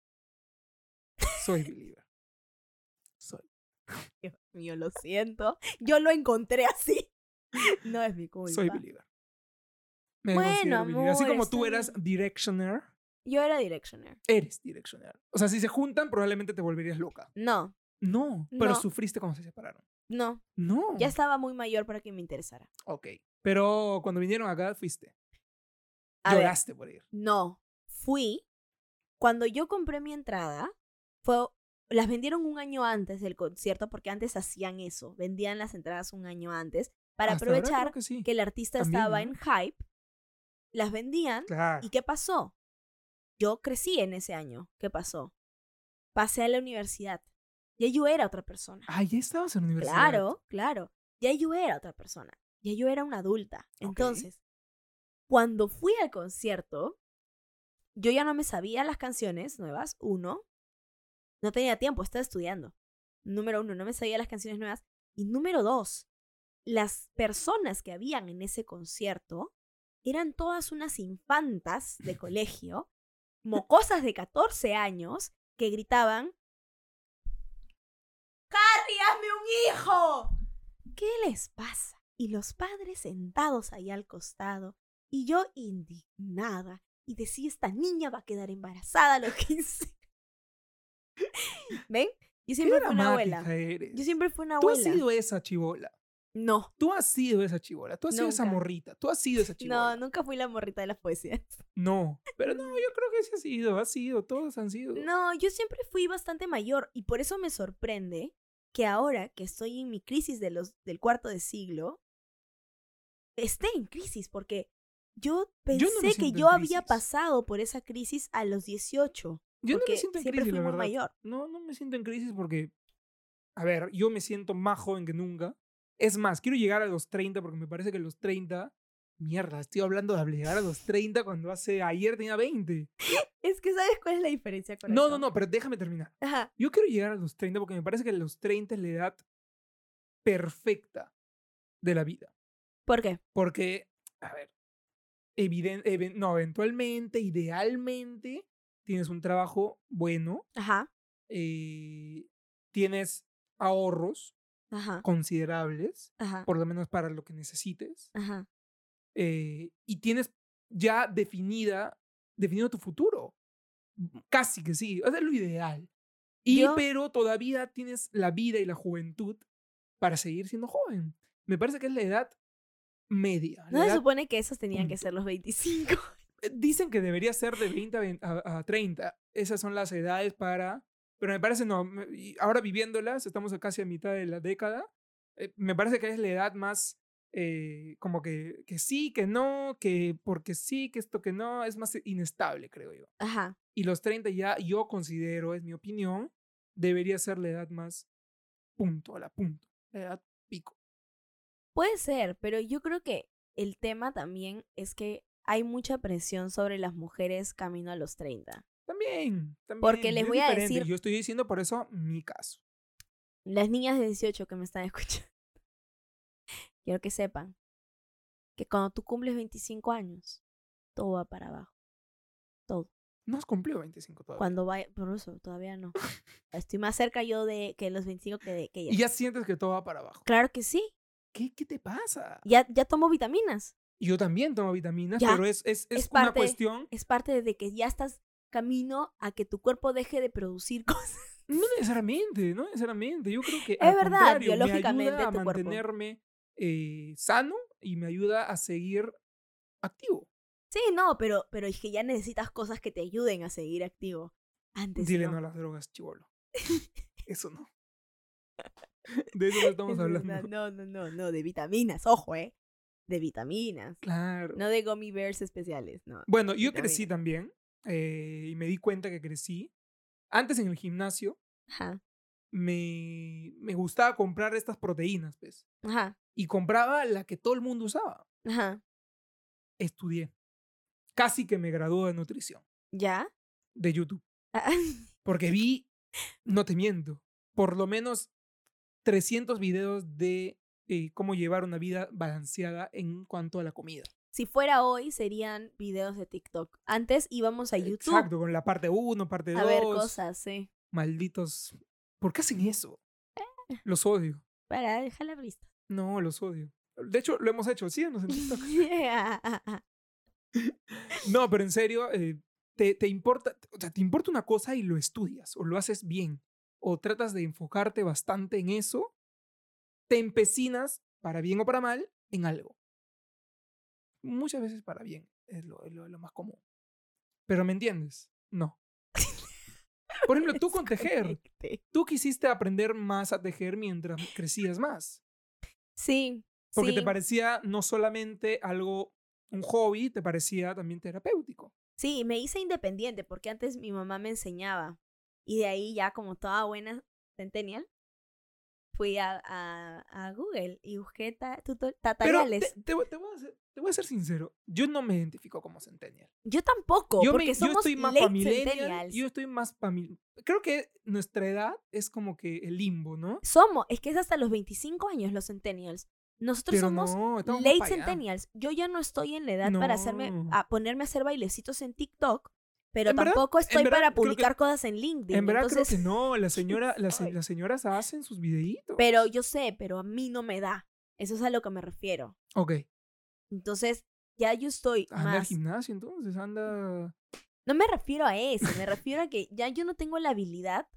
Speaker 2: Soy believer. Soy.
Speaker 1: Dios mío, lo siento. Yo lo encontré así. (laughs) No es mi culpa.
Speaker 2: Soy believer. Me
Speaker 1: Bueno,
Speaker 2: considero believer. Así
Speaker 1: amor,
Speaker 2: como tú
Speaker 1: está
Speaker 2: eras Directioner,
Speaker 1: Yo era Directioner.
Speaker 2: eres Directioner. O sea, si se juntan, probablemente te volverías loca.
Speaker 1: No,
Speaker 2: No, pero
Speaker 1: No.
Speaker 2: sufriste cuando se separaron.
Speaker 1: no.
Speaker 2: No.
Speaker 1: Ya estaba muy mayor para que me interesara.
Speaker 2: Ok. Pero cuando vinieron acá, fuiste.
Speaker 1: A ver,
Speaker 2: Lloraste por ir.
Speaker 1: No, fui. Cuando yo compré mi entrada, fue, las vendieron un año antes del concierto, porque antes hacían eso, vendían las entradas un año antes. para
Speaker 2: Hasta ahora
Speaker 1: aprovechar
Speaker 2: creo que sí.
Speaker 1: que el artista
Speaker 2: También,
Speaker 1: estaba
Speaker 2: ¿no?
Speaker 1: en hype, las vendían.
Speaker 2: Claro.
Speaker 1: ¿Y qué pasó? Yo crecí en ese año. ¿Qué pasó? Pasé a la universidad. Ya yo era otra persona.
Speaker 2: Ah, ya estabas en la universidad.
Speaker 1: Claro, claro. Ya yo era otra persona. Ya yo era una adulta.
Speaker 2: Ok.
Speaker 1: Entonces, cuando fui al concierto, yo ya no me sabía las canciones nuevas. Uno, no tenía tiempo, estaba estudiando. Número uno, no me sabía las canciones nuevas. Y número dos, las personas que habían en ese concierto eran todas unas infantas de colegio, mocosas de 14 años, que gritaban, ¡Carrie, hazme un hijo! ¿Qué les pasa? Y los padres sentados ahí al costado, y yo indignada, y decía, esta niña va a quedar embarazada a los 15. ¿Ven? Yo
Speaker 2: Qué
Speaker 1: siempre fui una
Speaker 2: dramática
Speaker 1: abuela.
Speaker 2: eres.
Speaker 1: Yo siempre fui una
Speaker 2: Tú
Speaker 1: abuela.
Speaker 2: has sido esa chivola.
Speaker 1: No,
Speaker 2: Tú has sido esa chivola. Tú has sido esa
Speaker 1: Nunca.
Speaker 2: morrita. Tú has sido
Speaker 1: (laughs)
Speaker 2: esa
Speaker 1: no,
Speaker 2: chivola.
Speaker 1: nunca fui la morrita de las poesías.
Speaker 2: No. Pero
Speaker 1: (laughs)
Speaker 2: no, yo creo que sí has sido. Has sido. Todos han sido.
Speaker 1: No, yo siempre fui bastante mayor y por eso me sorprende que ahora que estoy en mi crisis de los, del cuarto de siglo, esté en crisis porque yo pensé
Speaker 2: Yo no me
Speaker 1: que
Speaker 2: siento en
Speaker 1: yo había
Speaker 2: crisis.
Speaker 1: pasado por esa crisis a los 18.
Speaker 2: Yo no
Speaker 1: porque
Speaker 2: me siento en
Speaker 1: siempre
Speaker 2: crisis,
Speaker 1: fui muy
Speaker 2: la verdad.
Speaker 1: mayor.
Speaker 2: No, no me siento en crisis porque, a ver, yo me siento más joven que nunca. Es más, quiero llegar a los 30 porque me parece que los 30, mierda, estoy hablando de llegar a los 30 cuando hace ayer tenía 20.
Speaker 1: Es que ¿sabes cuál es la diferencia con
Speaker 2: No,
Speaker 1: eso?
Speaker 2: no, no, pero déjame terminar.
Speaker 1: Ajá,
Speaker 2: Yo quiero llegar a los 30 porque me parece que los 30 es la edad perfecta de la vida.
Speaker 1: ¿Por qué?
Speaker 2: Porque, a ver, eviden- even- no, eventualmente, idealmente, tienes un trabajo bueno,
Speaker 1: Ajá,
Speaker 2: eh, tienes ahorros
Speaker 1: ajá,
Speaker 2: considerables,
Speaker 1: ajá,
Speaker 2: por lo menos para lo que necesites,
Speaker 1: ajá.
Speaker 2: eh, y tienes ya definida, definido tu futuro. Casi que sí, o sea, es lo ideal. Y
Speaker 1: Mm. Yo-
Speaker 2: pero todavía tienes la vida y la juventud para seguir siendo joven. Me parece que es la edad media. la
Speaker 1: ¿No se
Speaker 2: edad-
Speaker 1: supone que esos tenían que
Speaker 2: punto.
Speaker 1: ser los 25?
Speaker 2: eh, dicen que debería ser de 20 a vein- a, a 30. Esas son las edades para... Pero me parece, no, me- y ahora viviéndolas, estamos a casi a mitad de la década, eh, me parece que es la edad más eh, como que, que sí, que no, que porque sí, que esto que no, es más inestable, creo yo.
Speaker 1: (laughs) Ajá.
Speaker 2: Y los 30 ya yo considero, es mi opinión, debería ser la edad más punto, a la punto, la edad pico.
Speaker 1: Puede ser, pero yo creo que el tema también es que hay mucha presión sobre las mujeres camino a los 30.
Speaker 2: También, también.
Speaker 1: Porque les
Speaker 2: es
Speaker 1: voy a
Speaker 2: diferente.
Speaker 1: decir-
Speaker 2: Yo estoy diciendo por eso mi caso.
Speaker 1: Las niñas de 18 que me están (laughs) escuchando, quiero que sepan que cuando tú cumples 25 años, todo va para abajo.
Speaker 2: No has cumplido 25 todavía.
Speaker 1: Cuando vaya, por eso, todavía no. Estoy más cerca yo de que los 25 que,
Speaker 2: (laughs)
Speaker 1: de, que
Speaker 2: Y
Speaker 1: ella.
Speaker 2: ya sientes que todo va para abajo.
Speaker 1: Claro que sí,
Speaker 2: ¿Qué, qué te pasa?
Speaker 1: ya, ya tomo vitaminas.
Speaker 2: Yo también tomo vitaminas,
Speaker 1: Ya.
Speaker 2: pero es, es, es
Speaker 1: Es
Speaker 2: una
Speaker 1: parte-
Speaker 2: cuestión.
Speaker 1: Es parte de que ya estás camino a que tu cuerpo deje de producir (laughs) cosas.
Speaker 2: No necesariamente, no necesariamente. Yo creo que.
Speaker 1: Es
Speaker 2: al
Speaker 1: verdad,
Speaker 2: contrario,
Speaker 1: biológicamente
Speaker 2: Me ayuda a
Speaker 1: tu cuerpo.
Speaker 2: mantenerme eh, sano y me ayuda a seguir activo.
Speaker 1: Sí, no, pero, pero es que ya necesitas cosas que te ayuden a seguir activo. Antes
Speaker 2: Dile
Speaker 1: no.
Speaker 2: no. a las drogas,
Speaker 1: (laughs)
Speaker 2: chivolo. Eso no. De eso no
Speaker 1: (laughs)
Speaker 2: estamos
Speaker 1: Es
Speaker 2: hablando.
Speaker 1: verdad, No, no, no, no, de vitaminas, ojo, ¿eh? De vitaminas.
Speaker 2: Claro.
Speaker 1: No de gummy bears especiales, no.
Speaker 2: Bueno, yo
Speaker 1: Vitamina.
Speaker 2: crecí también eh, y me di cuenta que crecí. Antes en el gimnasio
Speaker 1: Ajá,
Speaker 2: me, me gustaba comprar estas proteínas, ¿ves?
Speaker 1: ajá,
Speaker 2: y compraba la que todo el mundo usaba.
Speaker 1: ajá.
Speaker 2: Estudié. Casi que me graduó de nutrición
Speaker 1: ¿Ya? (laughs)
Speaker 2: de YouTube.
Speaker 1: Ah,
Speaker 2: Porque vi, no te miento, por lo menos 300 videos de eh, cómo llevar una vida balanceada en cuanto a la comida.
Speaker 1: Si fuera hoy, serían videos de TikTok. Antes íbamos a YouTube
Speaker 2: Exacto, con la parte 1, parte
Speaker 1: a ver
Speaker 2: 2.
Speaker 1: cosas, sí.
Speaker 2: Malditos. ¿Por qué hacen eso?
Speaker 1: Eh.
Speaker 2: Los odio.
Speaker 1: Para, dejar la vista.
Speaker 2: No, los odio. De hecho, lo hemos hecho, sí, en
Speaker 1: (laughs)
Speaker 2: TikTok. No, pero en serio, eh, te, te importa, o sea, te importa una cosa y lo estudias o lo haces bien o tratas de enfocarte bastante en eso, te empecinas, para bien o para mal, en algo. Muchas veces para bien es lo, es lo- es lo más común. Pero ¿me entiendes? No. Por ejemplo, tú con
Speaker 1: (laughs)
Speaker 2: tejer,
Speaker 1: Desconecte.
Speaker 2: tú quisiste aprender más a tejer mientras crecías más.
Speaker 1: Sí,
Speaker 2: Porque te
Speaker 1: Sí.
Speaker 2: parecía no solamente algo, un hobby, te parecía también terapéutico.
Speaker 1: Sí, me hice independiente porque antes mi mamá me enseñaba. Y de ahí ya como toda buena centennial, fui a, a- a Google y busqué ta- tuto-
Speaker 2: Pero
Speaker 1: tutoriales.
Speaker 2: te, te voy- te voy a ser, te voy a ser sincero, yo no me identifico como centennial.
Speaker 1: yo tampoco,
Speaker 2: Yo, me-
Speaker 1: Oh, porque
Speaker 2: yo
Speaker 1: somos
Speaker 2: estoy más
Speaker 1: late
Speaker 2: pa' millennial,
Speaker 1: centennials.
Speaker 2: Yo estoy más familiar. Creo que nuestra edad es como que el limbo, ¿no?
Speaker 1: Somos, es que es hasta los 25 años los centennials. Nosotros
Speaker 2: Pero
Speaker 1: somos
Speaker 2: no, estamos más
Speaker 1: late
Speaker 2: pa' allá.
Speaker 1: centennials. Yo ya no estoy en la edad para hacerme
Speaker 2: No.
Speaker 1: a ponerme a hacer bailecitos en TikTok, pero
Speaker 2: En verdad-
Speaker 1: tampoco estoy
Speaker 2: verdad
Speaker 1: para
Speaker 2: creo que-
Speaker 1: publicar cosas en LinkedIn.
Speaker 2: En verdad
Speaker 1: entonces,
Speaker 2: creo que no,
Speaker 1: (laughs)
Speaker 2: la señora, la se-
Speaker 1: Ay.
Speaker 2: las señoras hacen sus videitos.
Speaker 1: pero yo sé, pero a mí no me da. Eso es a lo que me refiero.
Speaker 2: ok,
Speaker 1: Entonces, ya yo estoy
Speaker 2: anda al
Speaker 1: más.
Speaker 2: gimnasio entonces, anda...
Speaker 1: No me refiero a eso, me
Speaker 2: (laughs)
Speaker 1: refiero a que ya yo no tengo la habilidad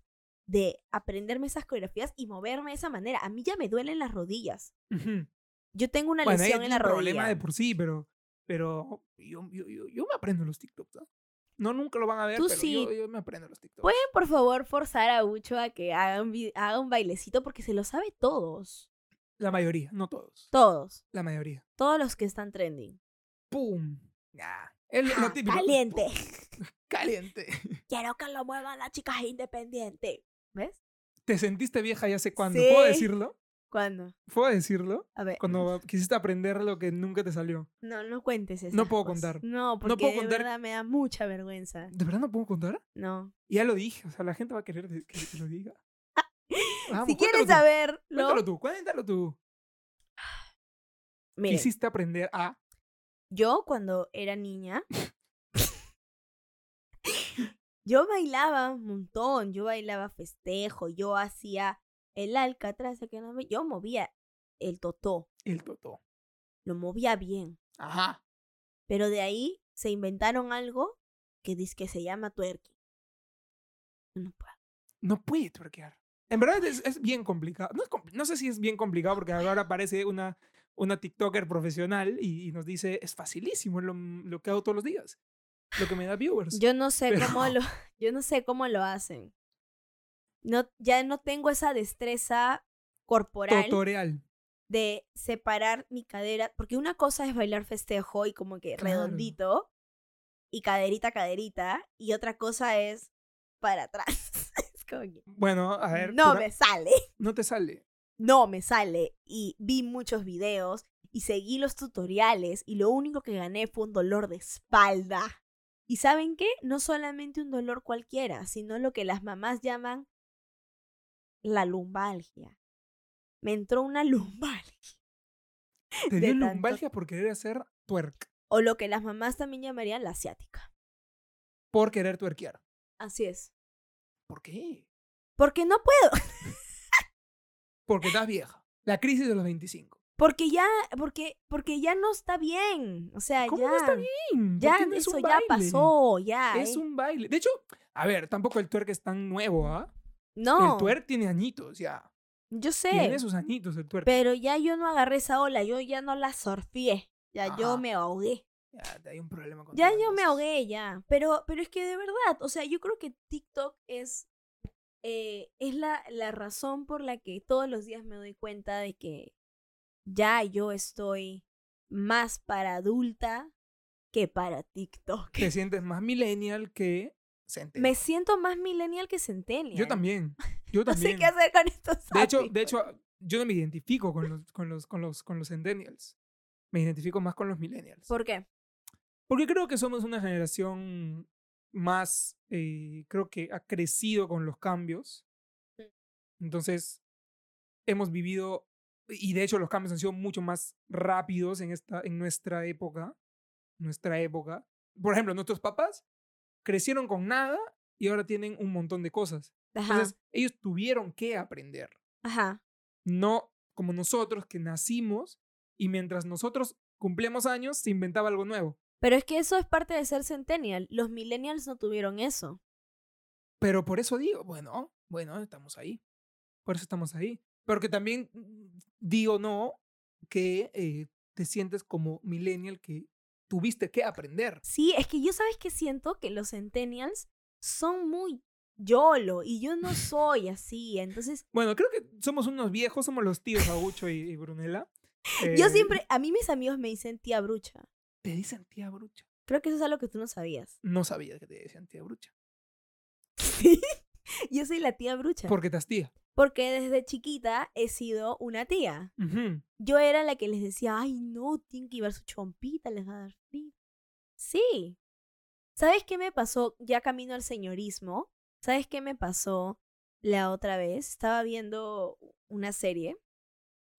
Speaker 1: de aprenderme esas coreografías y moverme de esa manera. A mí ya me duelen las rodillas.
Speaker 2: Ujú.
Speaker 1: Yo tengo una
Speaker 2: Bueno, ella
Speaker 1: lesión en
Speaker 2: tiene
Speaker 1: la
Speaker 2: un problema
Speaker 1: rodilla.
Speaker 2: de por sí, pero, pero yo, yo, yo, yo me aprendo los TikToks. ¿ah? No, nunca lo van a ver,
Speaker 1: Tú
Speaker 2: pero
Speaker 1: sí.
Speaker 2: yo, yo me aprendo los TikToks.
Speaker 1: Pueden, por favor, forzar a Ucho a que haga un, vi- haga un bailecito porque se lo sabe todos.
Speaker 2: La mayoría, no todos.
Speaker 1: Todos.
Speaker 2: la mayoría.
Speaker 1: Todos los que están trending.
Speaker 2: ¡Pum! Nah. Es lo- lo
Speaker 1: Ja,
Speaker 2: típico.
Speaker 1: caliente.
Speaker 2: ¡Pum! Caliente.
Speaker 1: Quiero que lo muevan las chicas independientes. ¿Ves?
Speaker 2: (laughs) ¿Te sentiste vieja ya sé cuándo?
Speaker 1: Sí.
Speaker 2: ¿Puedo decirlo?
Speaker 1: ¿Cuándo?
Speaker 2: ¿Puedo decirlo?
Speaker 1: A ver.
Speaker 2: Cuando quisiste aprender lo que nunca te salió.
Speaker 1: No, no cuentes eso.
Speaker 2: No puedo contar.
Speaker 1: No, porque
Speaker 2: No puedo
Speaker 1: de
Speaker 2: contar.
Speaker 1: verdad me da mucha vergüenza.
Speaker 2: ¿De verdad no puedo contar?
Speaker 1: No.
Speaker 2: Ya lo dije. O sea, la gente va a querer de- que que lo diga. Vamos,
Speaker 1: si
Speaker 2: cuéntalo
Speaker 1: quieres
Speaker 2: tú,
Speaker 1: saberlo,
Speaker 2: Cuéntalo tú, cuéntalo tú.
Speaker 1: miren,
Speaker 2: Quisiste aprender a...
Speaker 1: yo cuando era niña, (laughs) yo bailaba un montón, yo bailaba festejo, yo hacía el alcatraz, que no me- yo movía el totó,
Speaker 2: El totó.
Speaker 1: lo movía bien,
Speaker 2: Ajá.
Speaker 1: pero de ahí se inventaron algo que dice que se llama twerking. Yo No puedo.
Speaker 2: No puede twerkear. En verdad es, es bien complicado. No, es compli- no sé si es bien complicado porque ahora aparece una, una TikToker profesional y, y nos dice, es facilísimo es lo, lo que hago todos los días. Lo que me da viewers.
Speaker 1: Yo no sé
Speaker 2: pues, Pero-
Speaker 1: cómo lo, (laughs) yo no sé cómo lo hacen. No, ya no tengo esa destreza corporal.
Speaker 2: Tutorial.
Speaker 1: de separar mi cadera, porque una cosa es bailar festejo y como que
Speaker 2: Claro.
Speaker 1: redondito y caderita caderita y otra cosa es para atrás. (laughs) es como que
Speaker 2: Bueno, a ver.
Speaker 1: no
Speaker 2: por-
Speaker 1: me sale,
Speaker 2: no te sale.
Speaker 1: no me sale y vi muchos videos y seguí los tutoriales y lo único que gané fue un dolor de espalda. ¿Y saben qué? No solamente un dolor cualquiera, sino lo que las mamás llaman la lumbalgia. Me entró una (laughs) lumbalgia.
Speaker 2: Te
Speaker 1: De
Speaker 2: dio
Speaker 1: tanto-
Speaker 2: lumbalgia por querer hacer twerk.
Speaker 1: o lo que las mamás también llamarían la asiática.
Speaker 2: Por querer twerkear.
Speaker 1: Así es.
Speaker 2: ¿Por qué?
Speaker 1: Porque no puedo,
Speaker 2: Porque estás vieja. La crisis de los 25.
Speaker 1: porque ya, porque, porque ya no está bien. O sea,
Speaker 2: ¿Cómo
Speaker 1: ya,
Speaker 2: no está bien?
Speaker 1: ya
Speaker 2: Porque no es
Speaker 1: eso
Speaker 2: un
Speaker 1: ya
Speaker 2: baile.
Speaker 1: pasó, ya.
Speaker 2: Es
Speaker 1: eh.
Speaker 2: un baile. De hecho, a ver, tampoco el twerk es tan nuevo, ¿ah?
Speaker 1: no,
Speaker 2: El twerk tiene añitos ya.
Speaker 1: yo
Speaker 2: Tiene
Speaker 1: sé,
Speaker 2: sus añitos el twerk.
Speaker 1: pero ya yo no agarré esa ola, yo ya no la surfié, ya
Speaker 2: Ajá.
Speaker 1: yo me ahogué.
Speaker 2: Ya, hay un problema con
Speaker 1: Ya
Speaker 2: todas
Speaker 1: yo me
Speaker 2: las-
Speaker 1: ahogué ya, pero, pero es que de verdad, o sea, yo creo que TikTok es, eh, es la, la razón por la que todos los días me doy cuenta de que ya yo estoy más para adulta que para TikTok. (laughs)
Speaker 2: Te sientes más millennial que
Speaker 1: Me
Speaker 2: centennial.
Speaker 1: siento más millennial que centennial. (laughs)
Speaker 2: Yo también. Yo
Speaker 1: No
Speaker 2: también.
Speaker 1: sé qué pues. hacer con estos
Speaker 2: De hecho, de
Speaker 1: outfits.
Speaker 2: hecho, yo no me identifico con los, con los, con los, con los centennials. Me identifico más con los millennials.
Speaker 1: ¿Por qué?
Speaker 2: Porque creo que somos una generación más, eh, creo que ha crecido con los cambios.
Speaker 1: Mm.
Speaker 2: Entonces, hemos vivido, y de hecho los cambios han sido mucho más rápidos en, esta, en nuestra época. Nuestra época. Por ejemplo, nuestros papás crecieron con nada y ahora tienen un montón de cosas.
Speaker 1: Ajá,
Speaker 2: Entonces, ellos tuvieron que aprender
Speaker 1: ajá.
Speaker 2: no como nosotros que nacimos y mientras nosotros cumplemos años se inventaba algo nuevo.
Speaker 1: Pero es que eso es parte de ser centennial. Los millennials no tuvieron eso.
Speaker 2: Pero por eso digo, bueno, bueno, estamos ahí. Por eso estamos ahí. Pero que también mm, digo no que eh, te sientes como millennial que tuviste que aprender.
Speaker 1: Sí, es que yo sabes que siento que los centennials son muy YOLO y yo no soy así, entonces
Speaker 2: Bueno, creo que somos unos viejos, somos los tíos Agucho y, y Brunella. Eh,
Speaker 1: Yo siempre, a mí mis amigos me dicen tía brucha.
Speaker 2: Te dicen tía brucha.
Speaker 1: Creo que eso es algo que tú no sabías. (laughs)
Speaker 2: No sabía que te decían tía brucha.
Speaker 1: Sí. Yo soy la tía brucha.
Speaker 2: Porque te has tía.
Speaker 1: Porque desde chiquita he sido una tía.
Speaker 2: Ujú.
Speaker 1: Yo era la que les decía, ay, no, tienen que llevar su chompita, les va a dar frío. Sí. ¿Sabes qué me pasó ya camino al señorismo? ¿Sabes qué me pasó la otra vez? Estaba viendo una serie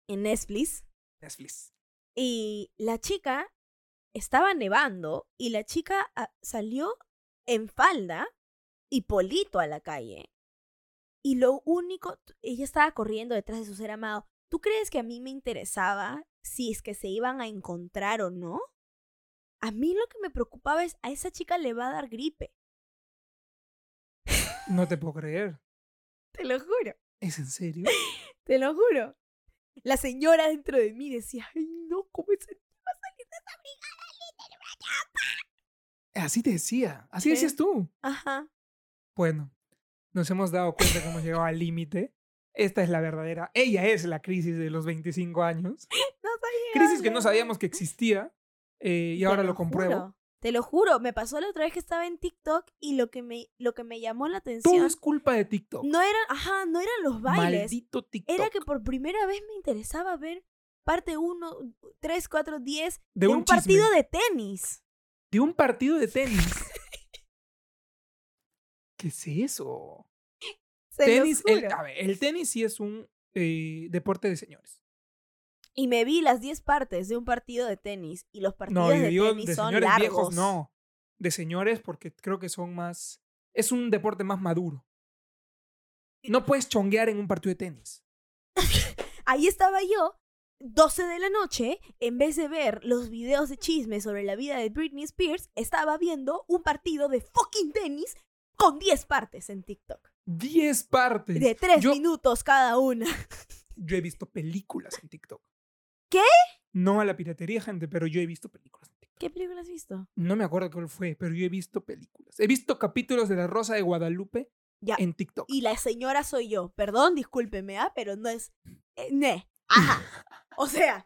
Speaker 1: en Netflix
Speaker 2: Netflix.
Speaker 1: y la chica estaba nevando y la chica ah, salió en falda y polito a la calle. Y lo único, ella estaba corriendo detrás de su ser amado. ¿Tú crees que a mí me interesaba si es que se iban a encontrar o no? A mí lo que me preocupaba es, a esa chica le va a dar gripe.
Speaker 2: No te puedo creer.
Speaker 1: Te lo juro,
Speaker 2: ¿Es
Speaker 1: (laughs)
Speaker 2: en serio?
Speaker 1: te lo juro. La señora dentro de mí decía, ay no, ¿cómo esa chica va a salir de esa
Speaker 2: Así te decía. Así
Speaker 1: Sí.
Speaker 2: decías tú.
Speaker 1: Ajá.
Speaker 2: Bueno, nos hemos dado cuenta que hemos llegado al límite. Esta es la verdadera. Ella es la crisis de los 25 años.
Speaker 1: (laughs) No sabía.
Speaker 2: Crisis que no
Speaker 1: hablar".
Speaker 2: sabíamos que existía eh, y
Speaker 1: Te
Speaker 2: ahora lo compruebo.
Speaker 1: juro, te lo juro, me pasó la otra vez que estaba en TikTok y lo que me, lo que me llamó la
Speaker 2: Todo
Speaker 1: atención
Speaker 2: es culpa de TikTok.
Speaker 1: no eran, ajá, no eran los bailes.
Speaker 2: Maldito TikTok.
Speaker 1: Era que por primera vez me interesaba ver parte 1, 3, 4, 10
Speaker 2: de,
Speaker 1: de
Speaker 2: un,
Speaker 1: un, partido
Speaker 2: chisme,
Speaker 1: de tenis.
Speaker 2: de un partido de tenis.
Speaker 1: (laughs)
Speaker 2: ¿Qué es eso?
Speaker 1: Se los
Speaker 2: tenis, el,
Speaker 1: juro.
Speaker 2: a ver, el tenis sí es un eh, deporte de señores.
Speaker 1: Y me vi las 10 partes de un partido de tenis y los partidos
Speaker 2: No, yo
Speaker 1: de
Speaker 2: digo
Speaker 1: tenis
Speaker 2: de
Speaker 1: son
Speaker 2: señores
Speaker 1: largos.
Speaker 2: viejos, no. De señores porque creo que son más... Es un deporte más maduro.
Speaker 1: Eh,
Speaker 2: No puedes chonguear en un partido de tenis.
Speaker 1: Ahí estaba yo, 12 de la noche, en vez de ver los videos de chisme sobre la vida de Britney Spears, estaba viendo un partido de fucking tenis con 10 partes en TikTok.
Speaker 2: 10 partes.
Speaker 1: De 3
Speaker 2: Pues, yo,
Speaker 1: minutos cada una.
Speaker 2: yo he visto películas en TikTok.
Speaker 1: ¿Qué?
Speaker 2: No a la piratería, gente, pero yo he visto películas en
Speaker 1: (laughs)
Speaker 2: TikTok.
Speaker 1: ¿Qué película has visto?
Speaker 2: No me acuerdo cuál fue, pero yo he visto películas. He visto capítulos de La Rosa de Guadalupe
Speaker 1: Ya.
Speaker 2: en TikTok.
Speaker 1: Y la señora soy yo. Perdón, discúlpeme, ¿ah? pero no es. eh, ne.
Speaker 2: (laughs)
Speaker 1: Ajá. O sea,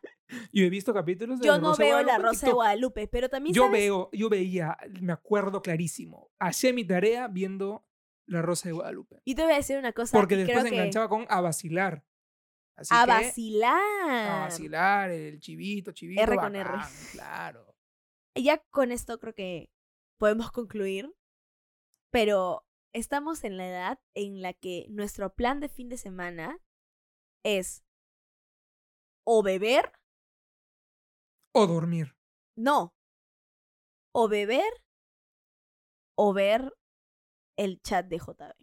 Speaker 2: Yo he visto capítulos de
Speaker 1: yo
Speaker 2: La
Speaker 1: no
Speaker 2: Rosa de
Speaker 1: veo la
Speaker 2: Guadalupe en
Speaker 1: Rosa de
Speaker 2: TikTok.
Speaker 1: Guadalupe, pero también
Speaker 2: Yo
Speaker 1: sabes-
Speaker 2: veo, yo veía, me acuerdo clarísimo. Hacía mi tarea viendo La Rosa de Guadalupe.
Speaker 1: Yo te voy a decir una cosa.
Speaker 2: Porque
Speaker 1: y
Speaker 2: después
Speaker 1: creo que-
Speaker 2: enganchaba con a vacilar. Así
Speaker 1: A
Speaker 2: que,
Speaker 1: vacilar.
Speaker 2: a vacilar, el chivito, chivito.
Speaker 1: R con R.
Speaker 2: bacán, Claro.
Speaker 1: ya con esto creo que podemos concluir, pero estamos en la edad en la que nuestro plan de fin de semana es o beber,
Speaker 2: O dormir.
Speaker 1: no, o beber o ver el chat de
Speaker 2: (laughs)
Speaker 1: JB.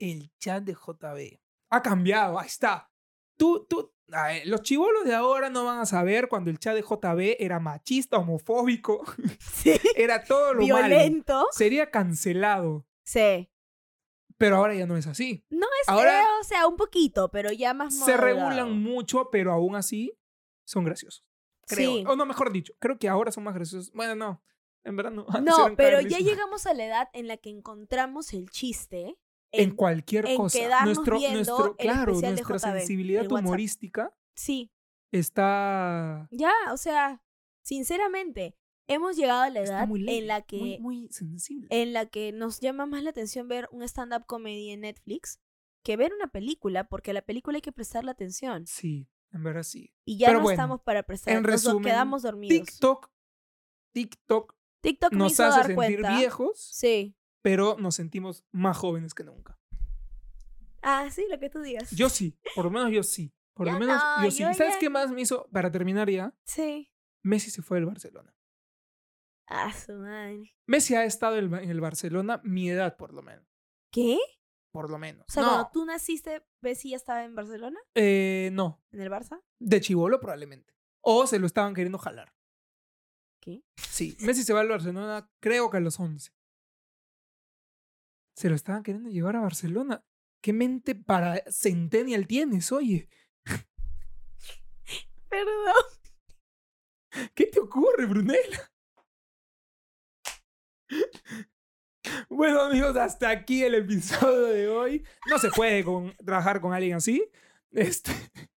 Speaker 2: el chat de JB. Ha cambiado, ahí está. Tú, tú, a ver, los chivolos de ahora no van a saber cuando el chat de JB era machista, homofóbico,
Speaker 1: (laughs)
Speaker 2: (laughs)
Speaker 1: Sí.
Speaker 2: era todo lo malo.
Speaker 1: Violento.
Speaker 2: Sería cancelado,
Speaker 1: Sí.
Speaker 2: pero ahora ya no es así.
Speaker 1: No es
Speaker 2: Ahora-
Speaker 1: feo, o sea, un poquito, pero ya más
Speaker 2: Se
Speaker 1: moderado.
Speaker 2: regulan mucho, pero aún así son graciosos. Creo. (laughs)
Speaker 1: Sí.
Speaker 2: O no, mejor dicho, creo que ahora son más graciosos. Bueno, no, en verdad no. (laughs) antes
Speaker 1: No,
Speaker 2: eran
Speaker 1: pero ya
Speaker 2: cagadísimos.
Speaker 1: llegamos a la edad en la que encontramos el chiste
Speaker 2: En cualquier
Speaker 1: en
Speaker 2: cosa.
Speaker 1: quedarnos
Speaker 2: Nuestro,
Speaker 1: viendo
Speaker 2: nuestro,
Speaker 1: el
Speaker 2: claro,
Speaker 1: especial de
Speaker 2: nuestra
Speaker 1: JB,
Speaker 2: sensibilidad
Speaker 1: el WhatsApp.
Speaker 2: humorística
Speaker 1: Sí,
Speaker 2: está
Speaker 1: ya, o sea, sinceramente, hemos llegado a la
Speaker 2: Está
Speaker 1: edad
Speaker 2: muy leve,
Speaker 1: en la que eh,
Speaker 2: muy, muy sensible.
Speaker 1: en la que nos llama más la atención ver un stand up comedy en Netflix que ver una película, porque a la película hay que prestarle atención
Speaker 2: sí, en verdad sí.
Speaker 1: y ya
Speaker 2: Pero
Speaker 1: no
Speaker 2: bueno,
Speaker 1: estamos para prestar,
Speaker 2: en
Speaker 1: nos do-
Speaker 2: resumen,
Speaker 1: quedamos dormidos. TikTok,
Speaker 2: TikTok, TikTok
Speaker 1: me
Speaker 2: nos
Speaker 1: hizo
Speaker 2: hace
Speaker 1: dar
Speaker 2: sentir
Speaker 1: cuenta.
Speaker 2: viejos,
Speaker 1: Sí.
Speaker 2: pero nos sentimos más jóvenes que nunca.
Speaker 1: Ah, sí, lo que tú digas.
Speaker 2: Yo sí, por lo menos yo sí. Por lo
Speaker 1: Ya
Speaker 2: menos
Speaker 1: no,
Speaker 2: yo sí.
Speaker 1: yo
Speaker 2: ¿Y sabes
Speaker 1: ya-
Speaker 2: qué más me hizo para terminar ya?
Speaker 1: Sí.
Speaker 2: Messi se fue del Barcelona.
Speaker 1: Ah, su madre.
Speaker 2: Messi ha estado en en el Barcelona mi edad, por lo menos.
Speaker 1: ¿Qué?
Speaker 2: Por lo menos.
Speaker 1: O sea,
Speaker 2: no,
Speaker 1: cuando tú naciste, Bessie ya estaba en Barcelona,
Speaker 2: eh, no,
Speaker 1: en el Barça.
Speaker 2: de chivolo probablemente. O se lo estaban queriendo jalar.
Speaker 1: ¿Qué?
Speaker 2: Sí, Messi se va al Barcelona, creo que a los 11. Se lo estaban queriendo llevar a Barcelona. ¿Qué mente para Centennial tienes, oye?
Speaker 1: Perdón.
Speaker 2: ¿Qué te ocurre, Brunella? Bueno, amigos, hasta aquí el episodio de hoy. No se puede con- trabajar con alguien así. Este,
Speaker 1: (laughs)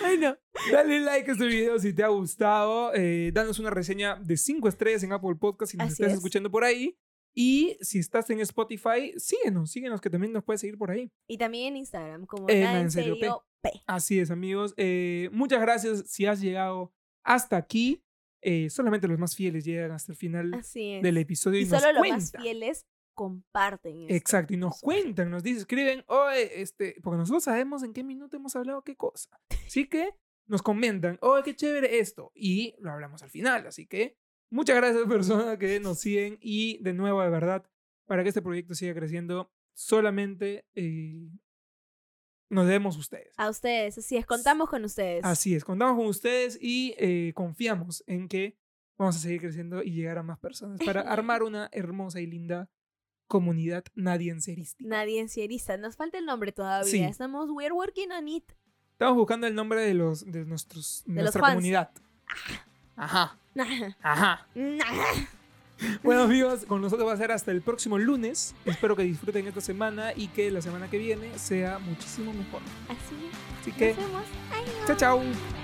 Speaker 1: Bueno,
Speaker 2: Dale like a este video si te ha gustado. Eh, danos una reseña de 5 estrellas en Apple Podcast si nos
Speaker 1: Así
Speaker 2: estás
Speaker 1: es.
Speaker 2: escuchando por ahí. Y si estás en Spotify, síguenos, síguenos que también nos puedes seguir por ahí.
Speaker 1: y también en Instagram, como
Speaker 2: Eh,
Speaker 1: nada
Speaker 2: nada en
Speaker 1: en
Speaker 2: serio,
Speaker 1: serio, P.
Speaker 2: Así es, amigos. Eh, muchas gracias si has llegado hasta aquí. Eh, solamente los más fieles llegan hasta el final
Speaker 1: Así es.
Speaker 2: del episodio y,
Speaker 1: y
Speaker 2: nos
Speaker 1: solo los
Speaker 2: cuentan.
Speaker 1: más fieles comparten esto.
Speaker 2: Exacto, y nos
Speaker 1: Nos
Speaker 2: cuentan, nos dicen, escriben, oye, este, porque nosotros sabemos en qué minuto hemos hablado qué cosa. Así que nos comentan, oye, qué chévere esto. Y lo hablamos al final. Así que muchas gracias, personas que nos siguen. Y de nuevo, de verdad, para que este proyecto siga creciendo, solamente eh, nos debemos a ustedes.
Speaker 1: A ustedes, así es, contamos con ustedes.
Speaker 2: Así es, contamos con ustedes y eh, confiamos en que vamos a seguir creciendo y llegar a más personas
Speaker 1: (laughs)
Speaker 2: para armar una hermosa y linda comunidad nadie en
Speaker 1: Nadie en Sierista, nos falta el nombre todavía.
Speaker 2: Sí.
Speaker 1: Estamos, we're working on
Speaker 2: (laughs)
Speaker 1: it.
Speaker 2: Estamos buscando el nombre de los de nuestros
Speaker 1: los
Speaker 2: nuestra
Speaker 1: fans. Ah.
Speaker 2: comunidad. Ajá,
Speaker 1: Nah,
Speaker 2: ajá.
Speaker 1: nah.
Speaker 2: Bueno amigos, con nosotros va a ser hasta el próximo lunes. Espero que disfruten esta semana y que la semana que viene sea muchísimo mejor.
Speaker 1: Así,
Speaker 2: Así que,
Speaker 1: nos vemos.
Speaker 2: chao chao.
Speaker 1: Bye.